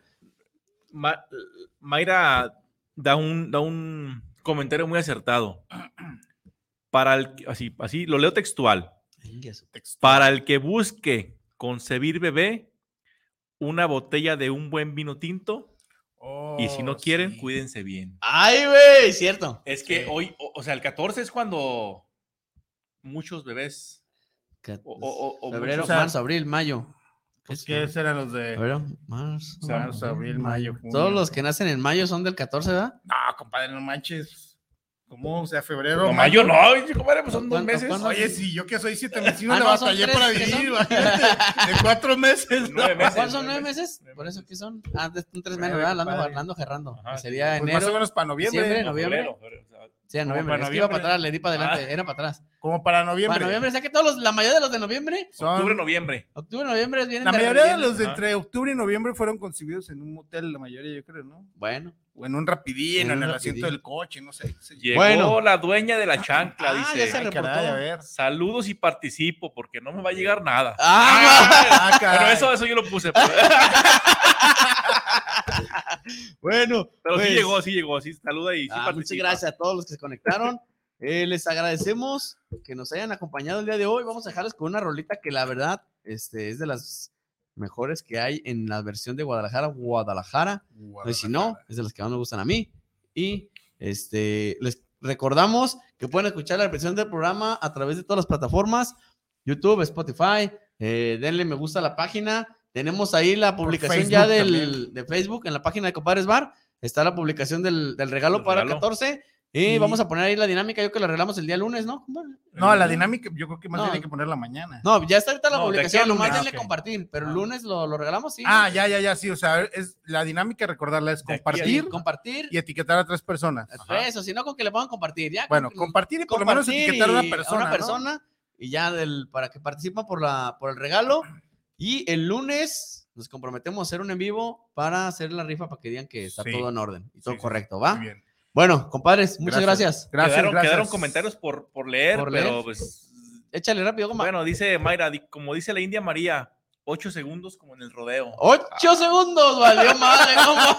Ma- Mayra da un, da un comentario muy acertado. Para el, así, así, lo leo textual.
Ingue su-
Para el que busque concebir bebé, una botella de un buen vino tinto y si no
Oh,
quieren,
sí.
cuídense bien.
Ay, güey, cierto.
Es que hoy, o, o sea, el 14 es cuando muchos bebés. O, o- o- o
Febrero,
o sea,
marzo, abril, mayo.
Pues que esos eran los de
Febrero, marzo,
marzo, abril, mayo, junio.
Todos los que nacen en mayo son del 14, ¿verdad?
No, compadre, no manches. ¿Cómo? O sea, febrero.
No, mayo
mayo.
no, oye, compadre, pues son dos
¿Cuánto-
meses.
cuánto-
Oye,
Oye, si yo que soy siete mesino
Ah,
le
no, son
batallé
tres
para
que
vivir,
son-
imagínate, de cuatro meses.
Nueve meses.
¿Cuáles son nueve
nueve
meses?
nueve
Por eso
meses.
que son. Ah, de- son tres
Nueve,
menos, ¿verdad? Hablando,
compadre.
hablando, gerrando.
Ajá,
Que sería
Pues más o
enero.
menos para noviembre.
diciembre,
no,
noviembre.
febrero, febrero, o sea,
Sí, a
como
noviembre.
para
es que iba para
noviembre.
atrás, le di para adelante, era para atrás.
Como para noviembre.
Para noviembre, o sea que todos los- la mayoría de los de noviembre, Ah.
Son-
octubre, noviembre.
octubre, noviembre vienen
la
de
mayoría de
relleno.
los de
Ajá.
entre octubre y noviembre fueron concebidos en un motel, la mayoría, yo creo, ¿no?
Bueno,
O en un rapidín,
En
en,
un
el
rapidín.
asiento del coche, no sé. Se
Llegó
Bueno.
la dueña de la chancla,
Ah, ya
dice.
se
Ay,
reportó.
caray, a ver.
Saludos y participo porque no me va a llegar nada.
Ah,
Ah,
Pero
caray.
eso, eso yo lo puse. Pero,
bueno,
pero sí
pues,
llegó, sí llegó, sí saluda y sí
ah, muchas
participa.
gracias a todos los que se conectaron. Eh, les agradecemos que nos hayan acompañado el día de hoy. Vamos a dejarles con una rolita que la verdad este, es de las mejores que hay en la versión de Guadalajara, Guadalajara. No, y Pues si no, es de las que más me gustan a mí. Y este, les recordamos que pueden escuchar la repetición del programa a través de todas las plataformas: YouTube, Spotify. eh, denle me gusta a la página. Tenemos ahí la publicación ya
Facebook
del, de Facebook en la página de Compadres Bar. Está la publicación del, del regalo
Del
para el
regalo.
14. Y
Y-
vamos a poner ahí la dinámica. Yo que la arreglamos el día lunes, ¿no? compadre?
No, la dinámica, yo creo que más
No.
tiene que ponerla mañana.
No, ya está ahorita la
No, de aquí
publicación.
al
Nomás
lunes.
denle
Ah, ok.
compartir. Pero el
Ah.
lunes lo, lo regalamos, sí.
Ah, ya, ya, ya, sí. O sea, es la dinámica, recordarla, es
De aquí
Sí,
compartir
compartir.
y etiquetar a tres personas.
Eso, sino con que le pongan compartir. Ya, con
Bueno,
que-
compartir y por lo menos
compartir
etiquetar a
y-
una persona.
una
¿no?
persona y ya del, para que participa por, la, por el regalo. Y el lunes nos comprometemos a hacer un en vivo para hacer la rifa para que digan que está
Sí.
todo en orden y todo
Sí, sí,
correcto,
sí,
¿va?
muy bien.
Bueno, compadres, muchas gracias.
Gracias,
quedaron,
gracias.
quedaron comentarios por, por leer,
Por
pero
leer.
pues.
Échale rápido, goma.
Bueno, dice Mayra, di- como dice la India María, ocho segundos como en el rodeo.
Ocho segundos, valió madre, goma.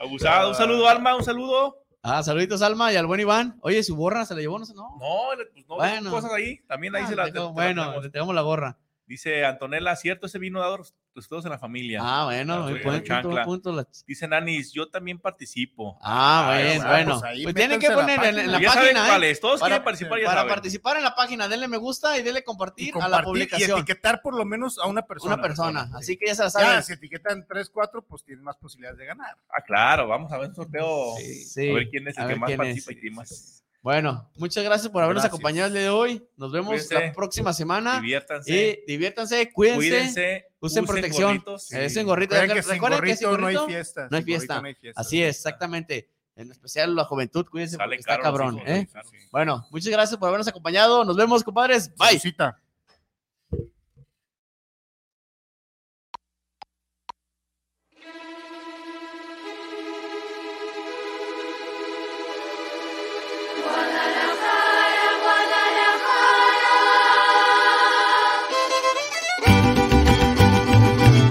Abusado. Un saludo, Alma, un saludo.
Ah, saluditos, Alma, y al buen Iván. Oye, su gorra se la llevó, no sé, no.
No, le- pues no,
Bueno.
cosas ahí. También ahí
Ah,
se la.
dejó-
te- te la
bueno,
tenemos.
le tenemos la gorra.
dice Antonella, cierto, ese vino da resultados en la familia.
Ah, bueno,
Ah,
muy
sí,
buen
chancla.
punto, buen punto. la ch-
Dicen Anis, yo también participo.
Ah,
Ah,
bueno,
pues
bueno.
ahí
Pues tienen que
métanse a la
poner en- en la
Y ya saben
página. ¿eh?
cuál es, Todos
Para-
quieren participar, ya
Para
saben.
participar en la página, denle me gusta y denle compartir,
Y
a la
compartir y
publicación.
etiquetar por lo menos a una persona.
Una persona.
Sí.
Así que ya se la
Ya,
saben.
si etiquetan 3, 4, pues tienen más posibilidades de ganar.
Ah, claro, vamos a ver un sorteo.
Sí.
A ver quién es
A
el que
ver
más
quién es.
participa y quién más.
Bueno, muchas gracias por habernos
Gracias.
acompañado el día de hoy. Nos vemos la
Cuídense.
próxima semana.
Diviértanse.
Ah, Y diviértanse, cuídense.
Cuídense.
usen protección.
gorritos.
Eh, usen gorrito.
Recuerden que sin
Recuerden que sin
gorrito no hay
gorrito-
fiesta.
no hay
sin gorrito
fiesta.
fiesta.
Así es, exactamente. En especial la juventud, cuídense
Sale
porque está
caro los
cabrón.
hijos,
¿eh?
sale caro.
Bueno, muchas gracias por habernos acompañado. Nos vemos, compadres. Bye.
Cita.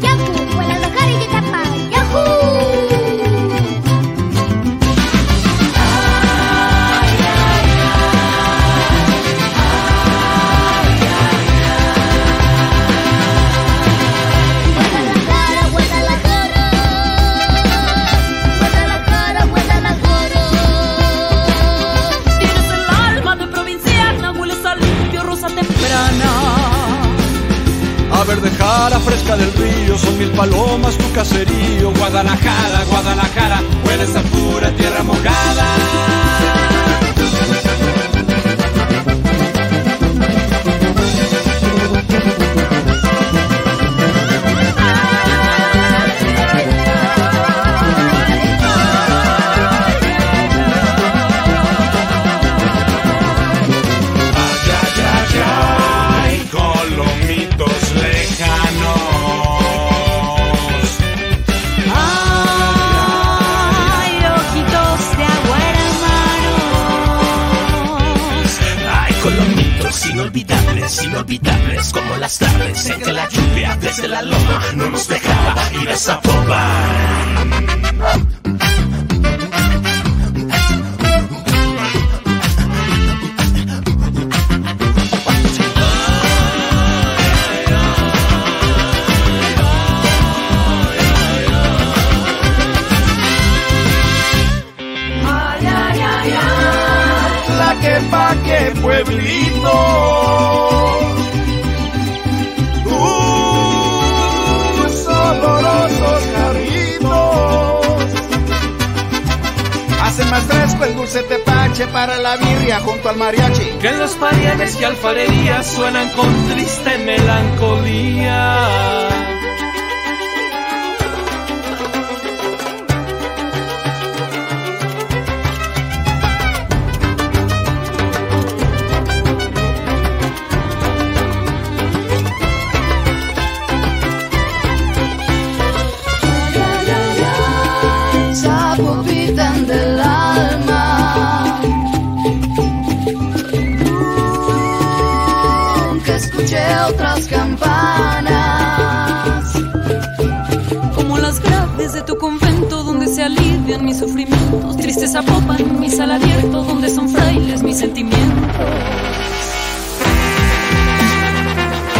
Yaku, Guadalajara y Yetapa. ¡Yahoo! Guadalajara, Guadalajara. Guadalajara, Guadalajara. Tienes el alma de provinciana, hueles a limpio, rosa temprana.
A ver, dejara fresca del río, son mil palomas tu caserío. Guadalajara, Guadalajara, hueles a pura tierra mojada.
Ay, colomitos lejanos.
Ay, ojitos de agua hermanos.
Ay, colomitos inolvidables, inolvidables como las tardes en que la lluvia desde la loma no nos dejaba ir a esa popa.
La que pa' que pueblito. Tus olorosos jarritos.
Hace más fresco el dulce tepache para la birria junto al mariachi.
Que en los paredes y alfarerías suenan con triste melancolía.
Zapopitan del alma. Nunca escuché otras campanas. Como las graves de tu convento, donde se alivian mis sufrimientos. Tristes apopan mi sal abierto, donde son frailes mis sentimientos.